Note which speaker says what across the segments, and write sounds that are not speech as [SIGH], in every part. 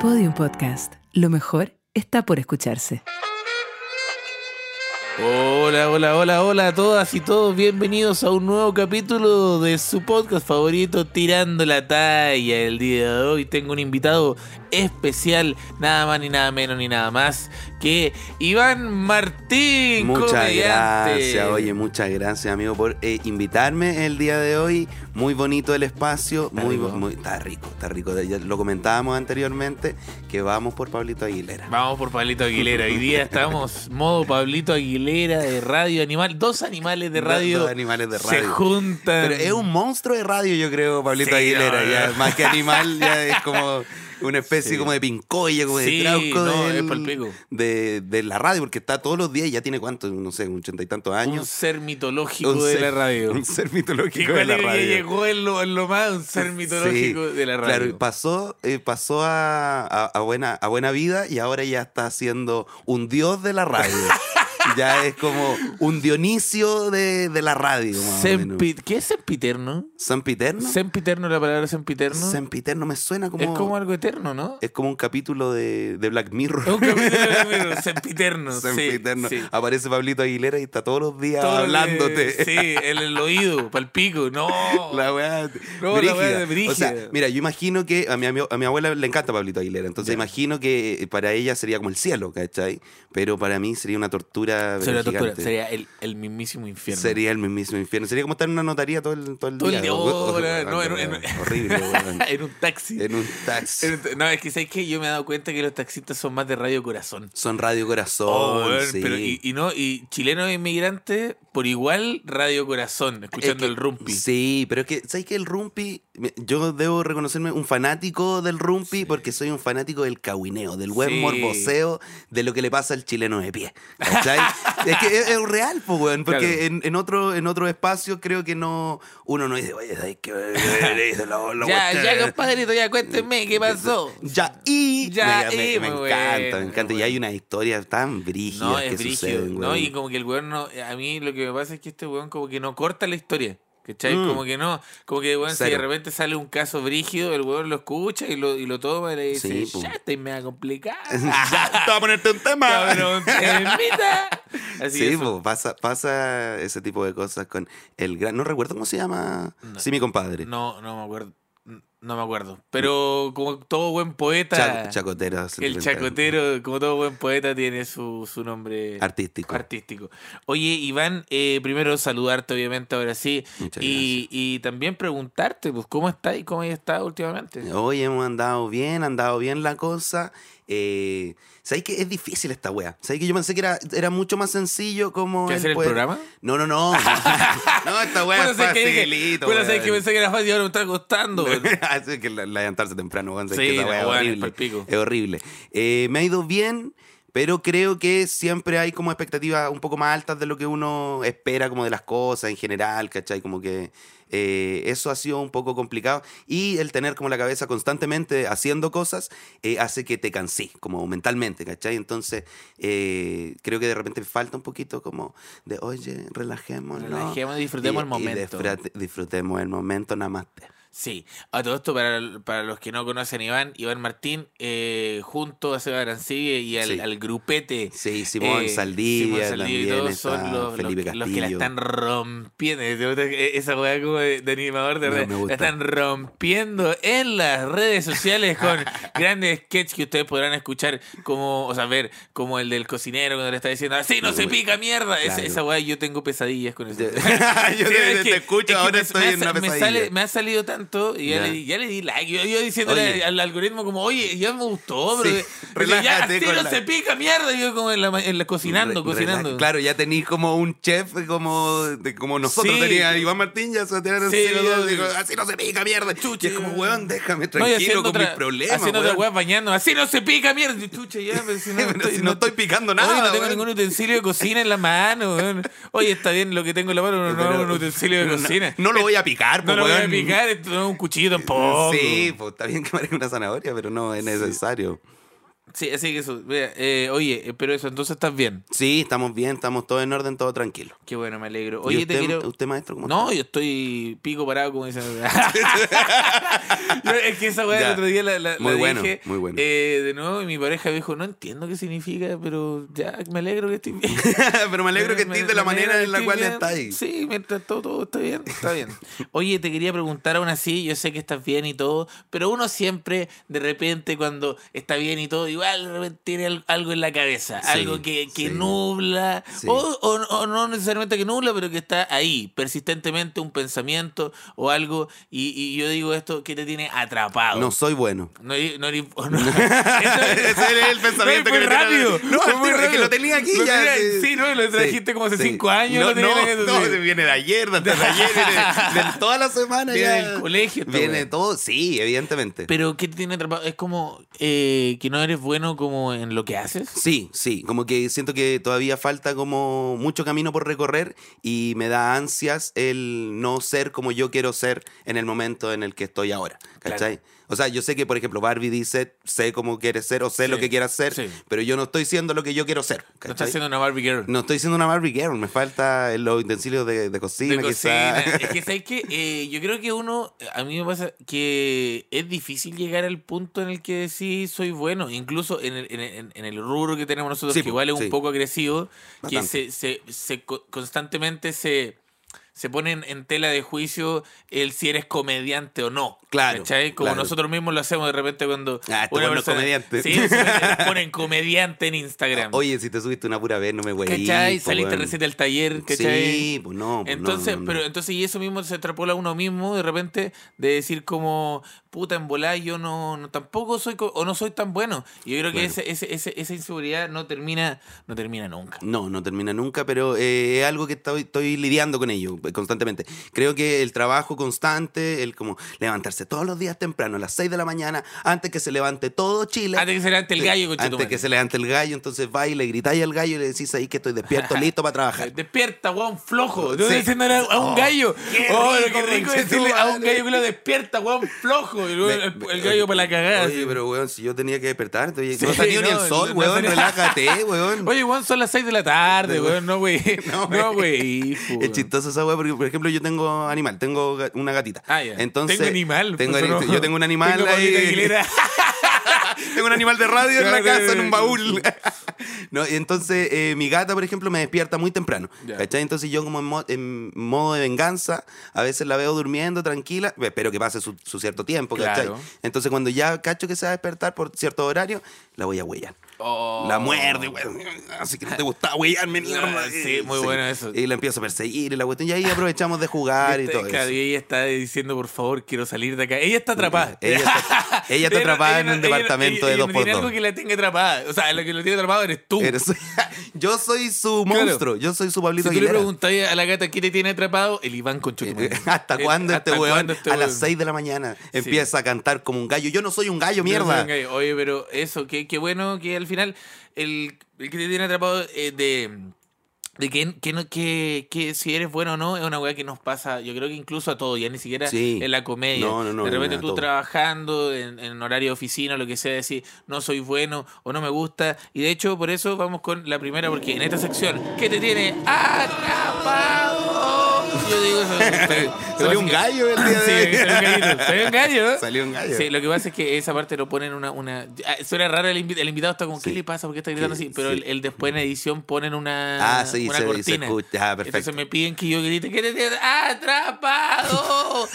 Speaker 1: Podium Podcast. Lo mejor está por escucharse.
Speaker 2: Hola, hola, hola, hola a todas y todos. Bienvenidos a un nuevo capítulo de su podcast favorito, Tirando la Talla. El día de hoy tengo un invitado especial, nada más ni nada menos ni nada más que Iván Martín.
Speaker 3: Muchas
Speaker 2: comediante.
Speaker 3: gracias, oye, muchas gracias, amigo, por eh, invitarme el día de hoy. Muy bonito el espacio,
Speaker 2: Está
Speaker 3: muy,
Speaker 2: rico.
Speaker 3: muy- está rico, está rico. Ya Lo comentábamos anteriormente que vamos por Pablito Aguilera.
Speaker 2: Vamos por Pablito Aguilera. Hoy día estamos modo Pablito Aguilera de Radio Animal. Dos animales de
Speaker 3: Dos-
Speaker 2: radio,
Speaker 3: dos animales de
Speaker 2: se
Speaker 3: radio.
Speaker 2: juntan.
Speaker 3: Pero es un monstruo de radio, yo creo, Pablito
Speaker 2: Sí,
Speaker 3: Aguilera.
Speaker 2: no,
Speaker 3: ya,
Speaker 2: no.
Speaker 3: Más que animal,
Speaker 2: [LAUGHS]
Speaker 3: ya es como una especie
Speaker 2: Sí.
Speaker 3: como de pincoya, como
Speaker 2: Sí,
Speaker 3: de trauco
Speaker 2: no,
Speaker 3: del-
Speaker 2: es pa'l pico.
Speaker 3: de, de la radio, porque está todos los días y ya tiene cuántos, no sé, un ochenta y tantos
Speaker 2: un
Speaker 3: años.
Speaker 2: ser mitológico
Speaker 3: Un
Speaker 2: de
Speaker 3: ser-
Speaker 2: la radio.
Speaker 3: Un ser
Speaker 2: Que
Speaker 3: mitológico de
Speaker 2: igual
Speaker 3: la
Speaker 2: es que
Speaker 3: radio.
Speaker 2: llegó en lo, en lo más un ser mitológico
Speaker 3: Sí,
Speaker 2: de la radio.
Speaker 3: Claro, pasó, eh, pasó a, a- a buena, a buena vida y ahora ya está siendo un dios de
Speaker 2: [LAUGHS]
Speaker 3: la radio. ya es como un Dionisio de, de la radio. Más o menos.
Speaker 2: Sempi- ¿Qué es sempiterno?
Speaker 3: ¿Sempiterno?
Speaker 2: ¿Sempiterno la palabra sempiterno?
Speaker 3: Sempiterno me suena como.
Speaker 2: Es como algo eterno, ¿no?
Speaker 3: es como un capítulo de, de Black Mirror.
Speaker 2: Es un
Speaker 3: [LAUGHS]
Speaker 2: capítulo de Homero, sempiterno. sí,
Speaker 3: Sempiterno.
Speaker 2: sí.
Speaker 3: Aparece Pablito Aguilera y está todos los días
Speaker 2: Todo lo que-
Speaker 3: hablándote.
Speaker 2: sí, en el oído, palpico. No.
Speaker 3: [LAUGHS] La weá.
Speaker 2: No, la
Speaker 3: brígida.
Speaker 2: weá de
Speaker 3: O sea,
Speaker 2: brígida.
Speaker 3: mira, yo imagino que a mi, ami- a mi abuela le encanta Pablito Aguilera, entonces
Speaker 2: Ya.
Speaker 3: imagino que eh, para ella sería como el cielo, ¿cachai? Pero para mí sería una tortura.
Speaker 2: Sería una
Speaker 3: pero
Speaker 2: tortura,
Speaker 3: gigante.
Speaker 2: Sería el, el mismísimo infierno. [LAUGHS]
Speaker 3: Sería el mismísimo infierno. Sería como estar en una notaría todo el, todo el
Speaker 2: Todo el
Speaker 3: día.
Speaker 2: día,
Speaker 3: weón.
Speaker 2: oh,
Speaker 3: [LAUGHS]
Speaker 2: la- no, en-
Speaker 3: weón,
Speaker 2: en-
Speaker 3: horrible,
Speaker 2: [LAUGHS]
Speaker 3: weón.
Speaker 2: en un taxi.
Speaker 3: En un taxi.
Speaker 2: En un ta- No, es que ¿sabes qué? Yo me he dado cuenta que los taxistas son más de radio corazón.
Speaker 3: Son Radio Corazón.
Speaker 2: Oh, weón,
Speaker 3: sí.
Speaker 2: pero y, y no, y chilenos inmigrantes, por igual Radio Corazón, escuchando
Speaker 3: Es que-
Speaker 2: el rumpi.
Speaker 3: Sí, pero es que, ¿sabes que El rumpi, me- yo debo reconocerme un fanático del rumpi porque soy un fanático del cahuineo, del buen
Speaker 2: Sí.
Speaker 3: morboseo, de lo que le pasa al chileno de pie.
Speaker 2: [LAUGHS]
Speaker 3: ¿Cachai? es que es, es real, pues, weón, porque
Speaker 2: Claro.
Speaker 3: en, en otro, en otro espacio creo que no, uno no dice, oye, ¿sabes qué? [LAUGHS] Lo- lo-
Speaker 2: Ya, ya, compadrito, ya cuéntenme qué pasó.
Speaker 3: Ya, y
Speaker 2: Ya,
Speaker 3: me, me-
Speaker 2: y,
Speaker 3: me
Speaker 2: muy
Speaker 3: encanta,
Speaker 2: bueno,
Speaker 3: me encanta.
Speaker 2: muy
Speaker 3: Y hay
Speaker 2: bueno.
Speaker 3: unas historias tan brígidas
Speaker 2: No,
Speaker 3: que
Speaker 2: es brígido.
Speaker 3: suceden,
Speaker 2: ¿no?
Speaker 3: weón.
Speaker 2: Y como que el weón no. A mí lo que me pasa es que este weón como que no corta la historia. ¿Cachai?
Speaker 3: Mm.
Speaker 2: Como que no. Como que weón, si de
Speaker 3: Cero.
Speaker 2: repente sale un caso brígido, el weón lo escucha y lo, y lo toma y le dice,
Speaker 3: Sí, po.
Speaker 2: ya está y me va a
Speaker 3: [LAUGHS]
Speaker 2: complicar.
Speaker 3: [LAUGHS] Ya, te voy a ponerte
Speaker 2: [LAUGHS]
Speaker 3: un tema.
Speaker 2: Cabrón, te invita. Así que
Speaker 3: sí,
Speaker 2: eso.
Speaker 3: po, pasa, pasa ese tipo de cosas con el gran. No recuerdo cómo se llama.
Speaker 2: No.
Speaker 3: Sí, mi compadre.
Speaker 2: No, no me acuerdo. No me acuerdo. Pero como todo buen poeta.
Speaker 3: Cha- chacotero.
Speaker 2: el
Speaker 3: sentimental.
Speaker 2: chacotero, como todo buen poeta, tiene su, su nombre
Speaker 3: Artístico.
Speaker 2: artístico. Oye, Iván, eh, primero saludarte, obviamente, ahora sí.
Speaker 3: Muchas
Speaker 2: Y, y también preguntarte, pues, ¿cómo estás y cómo has estado últimamente?
Speaker 3: Hoy hemos andado bien, andado bien la cosa. Eh, ¿Sabéis que es difícil esta wea? ¿Sabéis que yo pensé que era, era mucho más sencillo como.
Speaker 2: ¿Qué
Speaker 3: el
Speaker 2: hacer el
Speaker 3: poder-
Speaker 2: programa?
Speaker 3: No,
Speaker 2: [LAUGHS]
Speaker 3: no, no. no, esta wea
Speaker 2: Bueno,
Speaker 3: es
Speaker 2: sabes que dije-
Speaker 3: facilito.
Speaker 2: bueno, sabes
Speaker 3: weón.
Speaker 2: que pensé que era fácil y ahora me está costando.
Speaker 3: [LAUGHS]
Speaker 2: weón.
Speaker 3: Así que la- la levantarse temprano, weón, sabes
Speaker 2: Sí,
Speaker 3: que esa
Speaker 2: no,
Speaker 3: weá es
Speaker 2: weón, es
Speaker 3: horrible.
Speaker 2: palpico.
Speaker 3: Es horrible. Eh, me ha ido bien, pero creo que siempre hay como expectativas un poco más altas de lo que uno espera, como de las cosas en general, ¿cachai? Como que eh, eso ha sido un poco complicado. Y el tener como la cabeza constantemente haciendo cosas eh, hace que te cansí, como mentalmente, ¿cachai? Entonces, eh, creo que de repente falta un poquito como de, oye, relajémonos.
Speaker 2: Relajemos y disfrutemos
Speaker 3: Y-
Speaker 2: el momento.
Speaker 3: Y disfrute- disfrutemos el momento, namaste.
Speaker 2: Sí, a todo esto, para, para los que no conocen a Iván, Iván Martín, eh, junto a Seba Arancibia y al,
Speaker 3: Sí.
Speaker 2: al grupete.
Speaker 3: Sí, Simón
Speaker 2: eh,
Speaker 3: Saldivia,
Speaker 2: Simón Saldivia
Speaker 3: también
Speaker 2: todos
Speaker 3: está
Speaker 2: son los,
Speaker 3: Felipe
Speaker 2: los,
Speaker 3: Castillo.
Speaker 2: los que la están rompiendo. Eh, Esa weá como de, de animador, de
Speaker 3: No,
Speaker 2: verdad.
Speaker 3: me gusta.
Speaker 2: la están rompiendo en las redes sociales
Speaker 3: [LAUGHS]
Speaker 2: con grandes sketches que ustedes podrán escuchar, como, o sea, ver, como el del cocinero cuando le está diciendo, así no
Speaker 3: No,
Speaker 2: se
Speaker 3: güey.
Speaker 2: pica mierda. Esa-
Speaker 3: Claro.
Speaker 2: esa weá yo tengo pesadillas con eso.
Speaker 3: Yo [LAUGHS]
Speaker 2: Sí,
Speaker 3: te,
Speaker 2: es
Speaker 3: te
Speaker 2: que- es que
Speaker 3: escucho, ahora
Speaker 2: me-
Speaker 3: estoy
Speaker 2: me ha
Speaker 3: en
Speaker 2: sa-
Speaker 3: una
Speaker 2: me,
Speaker 3: pesadilla.
Speaker 2: sale- me ha salido tanto y ya,
Speaker 3: Ya.
Speaker 2: Le, di- ya le di like. Yo, yo diciéndole
Speaker 3: Oye.
Speaker 2: al algoritmo como, oye, ya me gustó, pero
Speaker 3: Sí, relájate
Speaker 2: ya, así
Speaker 3: con
Speaker 2: no
Speaker 3: la-
Speaker 2: se pica, mierda. Y yo como en la, ma- en la- cocinando,
Speaker 3: Re-
Speaker 2: cocinando.
Speaker 3: relaja- Claro, ya tenéis como un chef como, de- como nosotros
Speaker 2: Sí.
Speaker 3: teníamos a Iván Martín, ya se tiraron
Speaker 2: Sí,
Speaker 3: así,
Speaker 2: yo-
Speaker 3: digo, así no se pica mierda. Y es como, weón, déjame
Speaker 2: No, y
Speaker 3: tranquilo con
Speaker 2: otra-
Speaker 3: mis problemas.
Speaker 2: Haciendo otra
Speaker 3: weón.
Speaker 2: weá, bañando. Así no se pica, mierda. Y chucha, ya, pero si no,
Speaker 3: [LAUGHS] Pero si no estoy picando nada,
Speaker 2: Oye, no tengo
Speaker 3: weón.
Speaker 2: ningún utensilio de cocina en la mano. weón. Oye, está bien lo que tengo en la mano, pero no es
Speaker 3: Pero-
Speaker 2: un utensilio de
Speaker 3: no-
Speaker 2: cocina.
Speaker 3: No, lo voy a picar,
Speaker 2: No
Speaker 3: pues,
Speaker 2: lo voy a
Speaker 3: weón. [LAUGHS]
Speaker 2: picar, Oh. esto no es un cuchillo tampoco.
Speaker 3: Sí, pues está bien que parezca una zanahoria, pero no es necesario.
Speaker 2: Sí, así que eso. mira, eh, oye, eh, pero eso, entonces estás bien.
Speaker 3: Sí, estamos bien, estamos todos en orden, todo tranquilo.
Speaker 2: Qué bueno, me alegro.
Speaker 3: ¿Y
Speaker 2: Oye,
Speaker 3: usted,
Speaker 2: te quiero.
Speaker 3: usted, maestro, cómo
Speaker 2: No,
Speaker 3: está? [LAUGHS]
Speaker 2: yo estoy pico parado, como dicen.
Speaker 3: [LAUGHS]
Speaker 2: Yo- es que esa weá [LAUGHS] el
Speaker 3: Ya.
Speaker 2: otro día la, la- la
Speaker 3: Muy bueno,
Speaker 2: dije,
Speaker 3: muy bueno.
Speaker 2: eh, de nuevo, y mi pareja me dijo, no entiendo qué significa, pero ya me alegro que estoy bien.
Speaker 3: [LAUGHS] Pero me alegro que
Speaker 2: Me-
Speaker 3: estés
Speaker 2: me
Speaker 3: de la
Speaker 2: alegra
Speaker 3: manera
Speaker 2: que
Speaker 3: en la
Speaker 2: estés
Speaker 3: cual
Speaker 2: bien.
Speaker 3: estáis.
Speaker 2: Sí, mientras todo, todo está bien, está
Speaker 3: [LAUGHS]
Speaker 2: bien. Oye, te quería preguntar aún así, yo sé que estás bien y todo, pero uno siempre, de repente, cuando está bien y todo, igual de repente tiene al- algo en la cabeza,
Speaker 3: Sí,
Speaker 2: algo que, que
Speaker 3: sí.
Speaker 2: nubla,
Speaker 3: Sí.
Speaker 2: o, o- o no necesariamente que nubla, pero que está ahí, persistentemente un pensamiento o algo, y, y yo digo esto, que te tiene atrapado.
Speaker 3: No soy bueno.
Speaker 2: No, no, no,
Speaker 3: [LAUGHS]
Speaker 2: no.
Speaker 3: Ese
Speaker 2: [LAUGHS]
Speaker 3: era el pensamiento
Speaker 2: no, y
Speaker 3: que
Speaker 2: fue
Speaker 3: me tenía-
Speaker 2: rápido.
Speaker 3: No,
Speaker 2: fue
Speaker 3: es
Speaker 2: muy
Speaker 3: que
Speaker 2: rápido.
Speaker 3: lo tenía aquí
Speaker 2: Lo
Speaker 3: ya,
Speaker 2: tenía-
Speaker 3: sí.
Speaker 2: Sí, no, lo
Speaker 3: Sí,
Speaker 2: trajiste como hace
Speaker 3: sí.
Speaker 2: cinco años.
Speaker 3: No,
Speaker 2: lo tenía
Speaker 3: no,
Speaker 2: en la-
Speaker 3: no,
Speaker 2: sí.
Speaker 3: viene de ayer, de antes de ayer, viene de- de toda la semana
Speaker 2: Viene
Speaker 3: ya.
Speaker 2: del colegio esta
Speaker 3: Viene
Speaker 2: wea.
Speaker 3: todo, sí, evidentemente.
Speaker 2: Pero ¿qué te tiene atrapado? Es como eh, que no eres bueno como en lo que haces.
Speaker 3: Sí, sí, como que siento que todavía falta como mucho camino por recorrer y me da ansias el no ser como yo quiero ser en el momento en el que estoy ahora, ¿cachai? O sea, yo sé que, por ejemplo, Barbie dice, sé cómo quieres ser o sé lo
Speaker 2: Sí,
Speaker 3: que quieras ser,
Speaker 2: sí.
Speaker 3: pero yo no estoy siendo lo que yo quiero ser,
Speaker 2: No estás
Speaker 3: ¿cachai?
Speaker 2: siendo una Barbie Girl.
Speaker 3: No estoy siendo una Barbie Girl, me falta los utensilios de, de cocina,
Speaker 2: de
Speaker 3: [LAUGHS] quizá.
Speaker 2: cocina. Es que, ¿sabes qué? Eh, yo creo que uno, a mí me pasa que es difícil llegar al punto en el que decís soy bueno, incluso en el, en el- en el rubro que tenemos nosotros,
Speaker 3: Sí,
Speaker 2: que igual es
Speaker 3: sí.
Speaker 2: un poco agresivo, que
Speaker 3: Bastante.
Speaker 2: se, se, se co- constantemente se, se pone en, en tela de juicio el si eres comediante o no.
Speaker 3: Claro,
Speaker 2: ¿cachai? Como
Speaker 3: claro.
Speaker 2: nosotros mismos lo hacemos de repente cuando.
Speaker 3: Ah, este bueno es comediante.
Speaker 2: Sí,
Speaker 3: [LAUGHS]
Speaker 2: se ponen comediante en Instagram.
Speaker 3: Oye, si te subiste una pura vez, no me güey.
Speaker 2: ¿Cachai? Saliste recién del taller, ¿cachai?
Speaker 3: Sí, pues no. pues no,
Speaker 2: Entonces,
Speaker 3: no, no.
Speaker 2: pero entonces y eso mismo se extrapola a uno mismo de repente de decir como puta en volar yo no, no- tampoco soy co- o no soy tan bueno. Y yo creo que
Speaker 3: Bueno.
Speaker 2: ese, ese, ese- esa inseguridad no termina no termina nunca.
Speaker 3: No, no termina nunca, pero eh, es algo que estoy, estoy lidiando con ello eh, constantemente. Creo que el trabajo constante, el como levantarse todos los días temprano, a las 6 de la mañana, antes que se levante todo Chile.
Speaker 2: Antes que se levante el gallo,
Speaker 3: Antes
Speaker 2: conchetumare.
Speaker 3: que se levante el gallo, entonces va y le gritáis al gallo y le decís ahí que estoy
Speaker 2: [LAUGHS]
Speaker 3: despierto, listo para trabajar.
Speaker 2: Despierta, weón, flojo. Yo
Speaker 3: Oh, Sí.
Speaker 2: diciendo a a un
Speaker 3: Oh,
Speaker 2: gallo.
Speaker 3: qué
Speaker 2: Oh,
Speaker 3: rico,
Speaker 2: qué rico
Speaker 3: conchetumare.
Speaker 2: decirle a un gallo que lo despierta, weón, flojo. Y luego el, el gallo para la cagada.
Speaker 3: Oye,
Speaker 2: así.
Speaker 3: pero weón, si yo tenía que despertarte, oye,
Speaker 2: Sí,
Speaker 3: no salía ni
Speaker 2: no,
Speaker 3: el sol,
Speaker 2: no
Speaker 3: weón,
Speaker 2: salía-
Speaker 3: relájate, weón.
Speaker 2: Oye, weón, son las 6 de la tarde,
Speaker 3: De-
Speaker 2: weón. No, güey.
Speaker 3: [LAUGHS] No,
Speaker 2: No,
Speaker 3: güey.
Speaker 2: güey.
Speaker 3: Es chistoso esa weá, porque por ejemplo yo tengo animal, tengo ga- una gatita.
Speaker 2: Ah, ya.
Speaker 3: Entonces,
Speaker 2: tengo animal.
Speaker 3: tengo
Speaker 2: pues,
Speaker 3: ani-
Speaker 2: no.
Speaker 3: Yo
Speaker 2: [LAUGHS]
Speaker 3: tengo un animal
Speaker 2: Tengo
Speaker 3: ahí.
Speaker 2: Paulina Aguilera.
Speaker 3: [LAUGHS] tengo un animal de radio en la
Speaker 2: Claro, claro,
Speaker 3: casa, en un
Speaker 2: claro.
Speaker 3: baúl. [LAUGHS] no, y entonces, eh, mi gata, por ejemplo, me despierta muy temprano.
Speaker 2: Ya.
Speaker 3: ¿Cachai? Entonces yo como en, mo- en modo de venganza, a veces la veo durmiendo tranquila, espero que pase su, su cierto tiempo, ¿cachai?
Speaker 2: Claro.
Speaker 3: Entonces cuando ya cacho que se va a despertar por cierto horario, la voy a huellar.
Speaker 2: Oh.
Speaker 3: La muerde, weón. Así que no te gustaba huellarme, mierda.
Speaker 2: Ah, sí, muy bueno eso.
Speaker 3: Y la empiezo a perseguir y la cuestión. Y ahí aprovechamos de jugar y
Speaker 2: Esta-
Speaker 3: todo
Speaker 2: claro,
Speaker 3: eso.
Speaker 2: y Este ella está diciendo, por favor, quiero salir de acá. Ella está atrapada. [LAUGHS]
Speaker 3: Ella está- ella está
Speaker 2: no-
Speaker 3: atrapada en
Speaker 2: no-
Speaker 3: un departamento de
Speaker 2: ella no
Speaker 3: dos por
Speaker 2: tiene
Speaker 3: dos.
Speaker 2: algo que la tenga atrapada. O sea, lo que lo tiene atrapado eres tú.
Speaker 3: [LAUGHS] Eres- [LAUGHS] yo soy su
Speaker 2: Claro.
Speaker 3: monstruo. Yo soy su
Speaker 2: si
Speaker 3: Pablito
Speaker 2: tú le
Speaker 3: Aguilera.
Speaker 2: preguntas a la gata qué te tiene atrapado, el Iván con
Speaker 3: [LAUGHS]
Speaker 2: Eh,
Speaker 3: ¿Hasta cuándo este weón? a las 6 de la mañana
Speaker 2: Sí.
Speaker 3: empieza a cantar como un gallo. Yo no soy un gallo,
Speaker 2: Pero
Speaker 3: mierda.
Speaker 2: son gay. Oye, pero eso, qué, qué bueno que al final el, el que te tiene atrapado eh, de, de que, que, no- que- que si eres bueno o no es una weá que nos pasa, yo creo que incluso a todos, ya ni siquiera
Speaker 3: Sí.
Speaker 2: en la comedia.
Speaker 3: No, no, no,
Speaker 2: de
Speaker 3: no,
Speaker 2: repente
Speaker 3: no, a
Speaker 2: tú
Speaker 3: todos.
Speaker 2: trabajando en, en horario de oficina, lo que sea, decir no soy bueno o no me gusta. Y de hecho, por eso vamos con la primera, porque en esta sección, ¿qué te tiene atrapado? Yo digo
Speaker 3: [LAUGHS]
Speaker 2: eso.
Speaker 3: Salió un gallo el
Speaker 2: [LAUGHS]
Speaker 3: día
Speaker 2: Sí,
Speaker 3: de hoy.
Speaker 2: salió un gallito, salió un gallo.
Speaker 3: [LAUGHS] Salió un gallo.
Speaker 2: Sí, lo que pasa es que esa parte lo ponen una. una ah, suena raro el, invi- el invitado, está como, ¿qué
Speaker 3: Sí.
Speaker 2: le pasa? ¿Por qué está gritando
Speaker 3: Sí,
Speaker 2: así? Pero
Speaker 3: sí.
Speaker 2: el, el después en edición ponen una,
Speaker 3: Ah, sí,
Speaker 2: una
Speaker 3: se- se
Speaker 2: cortina.
Speaker 3: escucha. Ah, perfecto.
Speaker 2: Entonces me piden que yo grite, ¿qué te tienes?
Speaker 3: [LAUGHS]
Speaker 2: ¡Atrapado!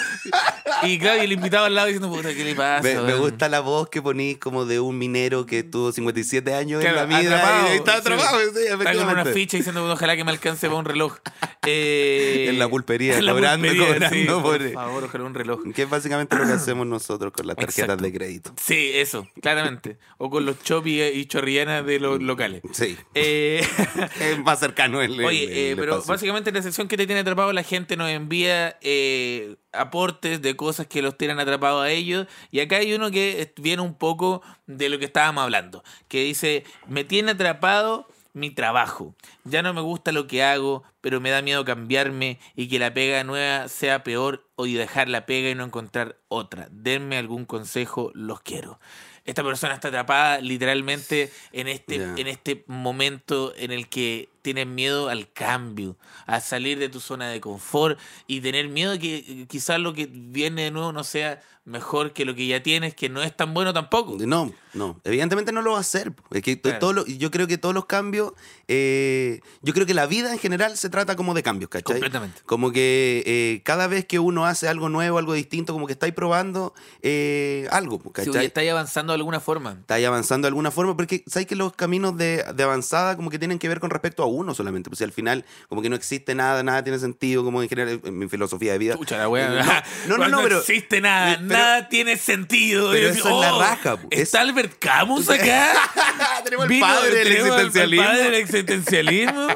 Speaker 2: y claro, y el invitado al lado diciendo, puta, ¿qué le pasa?
Speaker 3: Me, me
Speaker 2: weón?
Speaker 3: gusta la voz que ponís como de un minero que tuvo 57 años
Speaker 2: Claro,
Speaker 3: en la vida.
Speaker 2: atrapado,
Speaker 3: y está
Speaker 2: sí.
Speaker 3: atrapado, sí,
Speaker 2: Está con una
Speaker 3: efectivamente.
Speaker 2: ficha diciendo, ojalá que me alcance para un
Speaker 3: [LAUGHS]
Speaker 2: reloj. Eh,
Speaker 3: En la pulpería, cobrando,
Speaker 2: sí,
Speaker 3: cobrando,
Speaker 2: por
Speaker 3: pobre.
Speaker 2: favor, ojalá un reloj.
Speaker 3: Que es
Speaker 2: [COUGHS]
Speaker 3: básicamente lo que hacemos nosotros con las tarjetas
Speaker 2: Exacto.
Speaker 3: de crédito.
Speaker 2: Sí, eso, claramente. O con los chopi y chorrianas de los locales.
Speaker 3: Sí.
Speaker 2: Eh, [LAUGHS]
Speaker 3: Es más cercano el. el-
Speaker 2: oye, eh,
Speaker 3: el
Speaker 2: pero
Speaker 3: espacio.
Speaker 2: básicamente en la sección que te tiene atrapado, la gente nos envía eh, aportes de cosas que los tienen atrapado a ellos. Y acá hay uno que es- viene un poco de lo que estábamos hablando, que dice, me tiene atrapado mi trabajo. Ya no me gusta lo que hago, pero me da miedo cambiarme y que la pega nueva sea peor o y dejar la pega y no encontrar otra. Denme algún consejo, los quiero. Esta persona está atrapada literalmente en este,
Speaker 3: Ya.
Speaker 2: en este momento en el que tienes miedo al cambio, a salir de tu zona de confort y tener miedo que eh, quizás lo que viene de nuevo no sea mejor que lo que ya tienes, que no es tan bueno tampoco.
Speaker 3: No, no. Evidentemente no lo va a hacer. po. Es que to-
Speaker 2: Claro.
Speaker 3: todo lo- yo creo que todos los cambios. eh, yo creo que la vida en general se trata como de cambios, ¿cachai?
Speaker 2: Completamente.
Speaker 3: Como que eh, cada vez que uno hace algo nuevo, algo distinto, como que estáis probando eh, algo, po,
Speaker 2: Si
Speaker 3: ¿cachai?
Speaker 2: estáis avanzando de alguna forma.
Speaker 3: estáis avanzando de alguna forma, porque sabéis que los caminos de, de avanzada como que tienen que ver con respecto a uno solamente, pues si al final como que no existe nada, nada tiene sentido, como en general en mi filosofía de vida.
Speaker 2: Pucha, la wea.
Speaker 3: No, no, no, pero- eh,
Speaker 2: existe nada,
Speaker 3: pero-
Speaker 2: nada tiene sentido.
Speaker 3: pero
Speaker 2: Y yo
Speaker 3: eso
Speaker 2: digo,
Speaker 3: es la
Speaker 2: "Oh,
Speaker 3: raja, po.
Speaker 2: ¿Está Albert Camus acá?
Speaker 3: [LAUGHS] tenemos [LAUGHS] el
Speaker 2: Vino-
Speaker 3: padre del
Speaker 2: tenemos al- al
Speaker 3: existencialismo.
Speaker 2: padre del
Speaker 3: [LAUGHS]
Speaker 2: existencialismo.